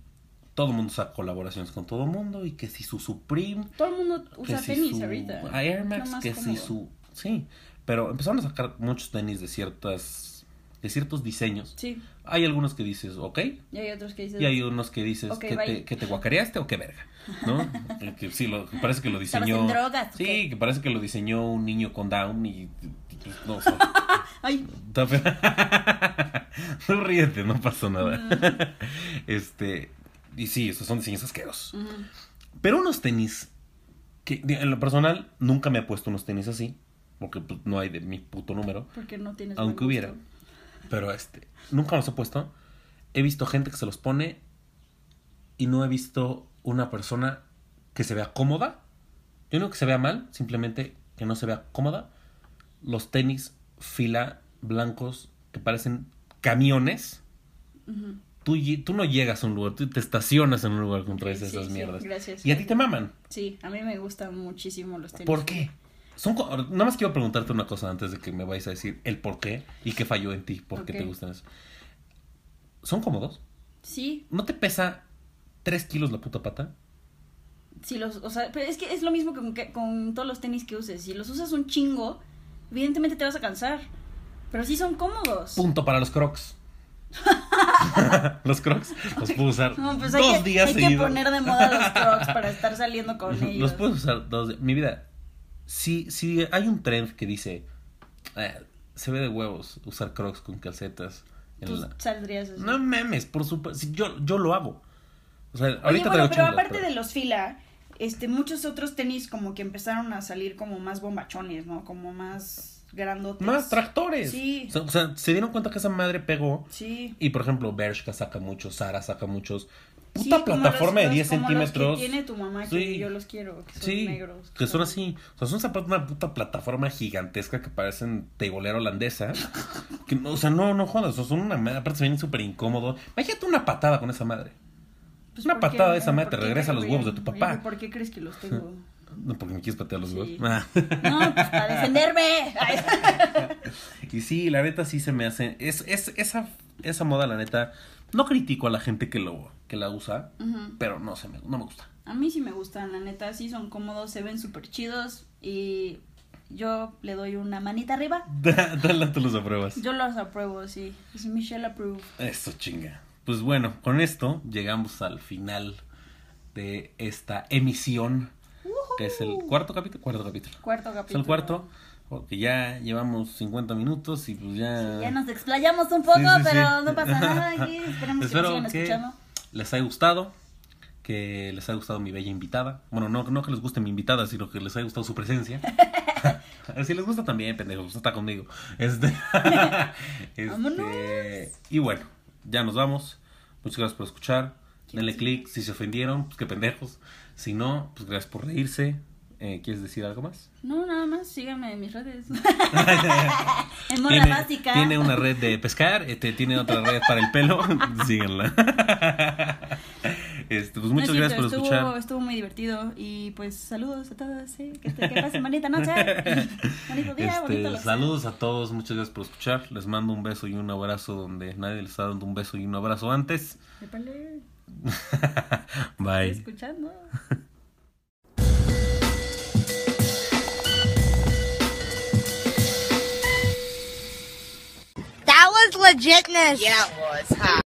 Speaker 1: Todo el mundo saca colaboraciones con todo el mundo. Y que si su Supreme.
Speaker 2: Todo el mundo usa
Speaker 1: que si
Speaker 2: tenis
Speaker 1: su
Speaker 2: ahorita.
Speaker 1: Air
Speaker 2: Es lo
Speaker 1: Max.
Speaker 2: más
Speaker 1: Que si
Speaker 2: cómodo.
Speaker 1: su... Sí. Pero empezaron a sacar muchos tenis de ciertas... De ciertos diseños.
Speaker 2: Sí,
Speaker 1: Hay algunos que dices, ok.
Speaker 2: y hay otros que dicen.
Speaker 1: Y hay unos que dices
Speaker 2: Ok,
Speaker 1: que,
Speaker 2: bye.
Speaker 1: te, que te guacareaste o qué verga, ¿no? que, que sí, lo, que parece que lo
Speaker 2: Estabas
Speaker 1: diseñó.
Speaker 2: en drogas, ¿o
Speaker 1: sí,
Speaker 2: qué?
Speaker 1: que parece que lo diseñó un niño con Down y. y- pues, no, o sea,
Speaker 2: Ay,
Speaker 1: está feo. Tú ríete, no pasó nada. este. Y sí, esos son diseños asquerosos.
Speaker 2: ujú.
Speaker 1: Pero unos tenis. Que di- en lo personal, nunca me he puesto unos tenis así. Porque pues, no hay de mi puto número.
Speaker 2: porque no tienes.
Speaker 1: Aunque
Speaker 2: buen
Speaker 1: hubiera.
Speaker 2: gusto.
Speaker 1: Pero este, nunca los he puesto. He visto gente que se los pone y no he visto una persona que se vea cómoda. Yo no que se vea mal, simplemente que no se vea cómoda. Los tenis fila blancos que parecen camiones
Speaker 2: Ujú.
Speaker 1: Tú, lle- tú no llegas a un lugar, tú te estacionas en un lugar con traes
Speaker 2: Sí,
Speaker 1: esas
Speaker 2: sí,
Speaker 1: mierdas.
Speaker 2: gracias.
Speaker 1: Y a ti te maman.
Speaker 2: Sí, a mí me gustan muchísimo los tenis.
Speaker 1: ¿Por qué? Son co- Nada más quiero preguntarte una cosa antes de que me vayas a decir el por qué y qué falló en ti, por qué
Speaker 2: Ok.
Speaker 1: te gustan eso. ¿Son cómodos?
Speaker 2: Sí,
Speaker 1: ¿No te pesa 3 kilos la puta pata?
Speaker 2: sí los, o sea, pero es que es lo mismo que con, que- con todos los tenis que uses. Si los usas un chingo, evidentemente te vas a cansar. Pero sí son cómodos.
Speaker 1: Punto para los crocs. los crocs los puedo usar
Speaker 2: No, pues hay,
Speaker 1: dos
Speaker 2: que,
Speaker 1: días
Speaker 2: hay que
Speaker 1: seguidos.
Speaker 2: poner de moda los crocs para estar saliendo con ellos.
Speaker 1: Los puedes usar dos días. Mi vida, si, si hay un trend que dice, "Ah, se ve de huevos usar crocs con calcetas. en
Speaker 2: Tú
Speaker 1: la-".
Speaker 2: saldrías así.
Speaker 1: No memes, por supuesto. si yo, yo lo hago. O sea, ahorita
Speaker 2: Oye, bueno,
Speaker 1: traigo
Speaker 2: pero
Speaker 1: chungos,
Speaker 2: aparte
Speaker 1: pero-
Speaker 2: de los fila, este, muchos otros tenis como que empezaron a salir como más bombachones, ¿no? Como más grandotes.
Speaker 1: Más tractores.
Speaker 2: Sí.
Speaker 1: O sea, o sea, se dieron cuenta que esa madre pegó.
Speaker 2: Sí.
Speaker 1: Y por ejemplo, Bershka saca muchos, Sara saca muchos.
Speaker 2: Sí,
Speaker 1: Puta
Speaker 2: como
Speaker 1: plataforma
Speaker 2: los-
Speaker 1: de 10
Speaker 2: los- como los que
Speaker 1: centímetros.
Speaker 2: tiene tu mamá que
Speaker 1: Sí.
Speaker 2: yo los quiero, que son
Speaker 1: sí,
Speaker 2: negros.
Speaker 1: que son así. O sea, son zapatos, una puta plataforma gigantesca que parecen tebolera holandesa. Que, no- o sea, no, no jodas. o sea, son una madre. Aparte, se vienen súper incómodos. Imagínate una patada con esa madre.
Speaker 2: Pues,
Speaker 1: una
Speaker 2: ¿por qué
Speaker 1: patada de
Speaker 2: no?
Speaker 1: esa madre
Speaker 2: ¿Por
Speaker 1: te
Speaker 2: qué
Speaker 1: regresa
Speaker 2: creo
Speaker 1: los
Speaker 2: yo?
Speaker 1: huevos de tu
Speaker 2: Oye,
Speaker 1: papá.
Speaker 2: ¿Por qué crees que los tengo?
Speaker 1: No, porque me quieres patear los
Speaker 2: Sí.
Speaker 1: huevos. Ah.
Speaker 2: No, pues para defenderme. Ay.
Speaker 1: Y sí, la neta sí se me hace. Es, es, esa, esa moda, la neta. No critico a la gente que lo que la usa,
Speaker 2: Ujú.
Speaker 1: pero no se me, no me gusta.
Speaker 2: A mí sí me gustan, la neta, sí son cómodos, se ven súper chidos y yo le doy una manita arriba.
Speaker 1: Dale, tú los apruebas.
Speaker 2: Yo los apruebo, sí. Es Michelle approve.
Speaker 1: Eso chinga. Pues bueno, con esto llegamos al final de esta emisión. Que es el cuarto capítulo. Cuarto capítulo.
Speaker 2: Cuarto
Speaker 1: Es
Speaker 2: capítulo.
Speaker 1: el cuarto. Porque ya llevamos 50 minutos y pues ya.
Speaker 2: Ya nos explayamos un poco,
Speaker 1: Sí, sí, sí.
Speaker 2: pero no pasa nada aquí. Esperemos
Speaker 1: Espero
Speaker 2: que nos sigan
Speaker 1: que-
Speaker 2: escuchando.
Speaker 1: les haya gustado, que les haya gustado mi bella invitada. Bueno, no, no que les guste mi invitada, sino que les haya gustado su presencia. si les gusta también, pendejo, pues está conmigo. Este, Este,
Speaker 2: Vámonos.
Speaker 1: y bueno, ya nos vamos. Muchas gracias por escuchar.
Speaker 2: Quiero
Speaker 1: Denle
Speaker 2: decir-
Speaker 1: click si se ofendieron, pues qué pendejos. Si no, pues gracias por reírse. Eh, ¿Quieres decir algo más?
Speaker 2: No, nada más, síganme en mis redes. en Morra
Speaker 1: Tiene,
Speaker 2: Básica.
Speaker 1: tiene una red de pescar, este, tiene otra red para el pelo. Síganla. Este, pues
Speaker 2: No es
Speaker 1: muchas gracias por
Speaker 2: cierto, estuvo,
Speaker 1: escuchar.
Speaker 2: Estuvo muy divertido y pues saludos a todos. ¿eh? Que, te- que pasen bonita noche. bonito día, bonito
Speaker 1: Este,
Speaker 2: lo que sea.
Speaker 1: saludos a todos, muchas gracias por escuchar. Les mando un beso y un abrazo donde nadie les ha dado un beso y un abrazo antes.
Speaker 2: Épale,
Speaker 1: Bye.
Speaker 2: estoy escuchando.
Speaker 3: That was legitness. Yeah, it was. Huh?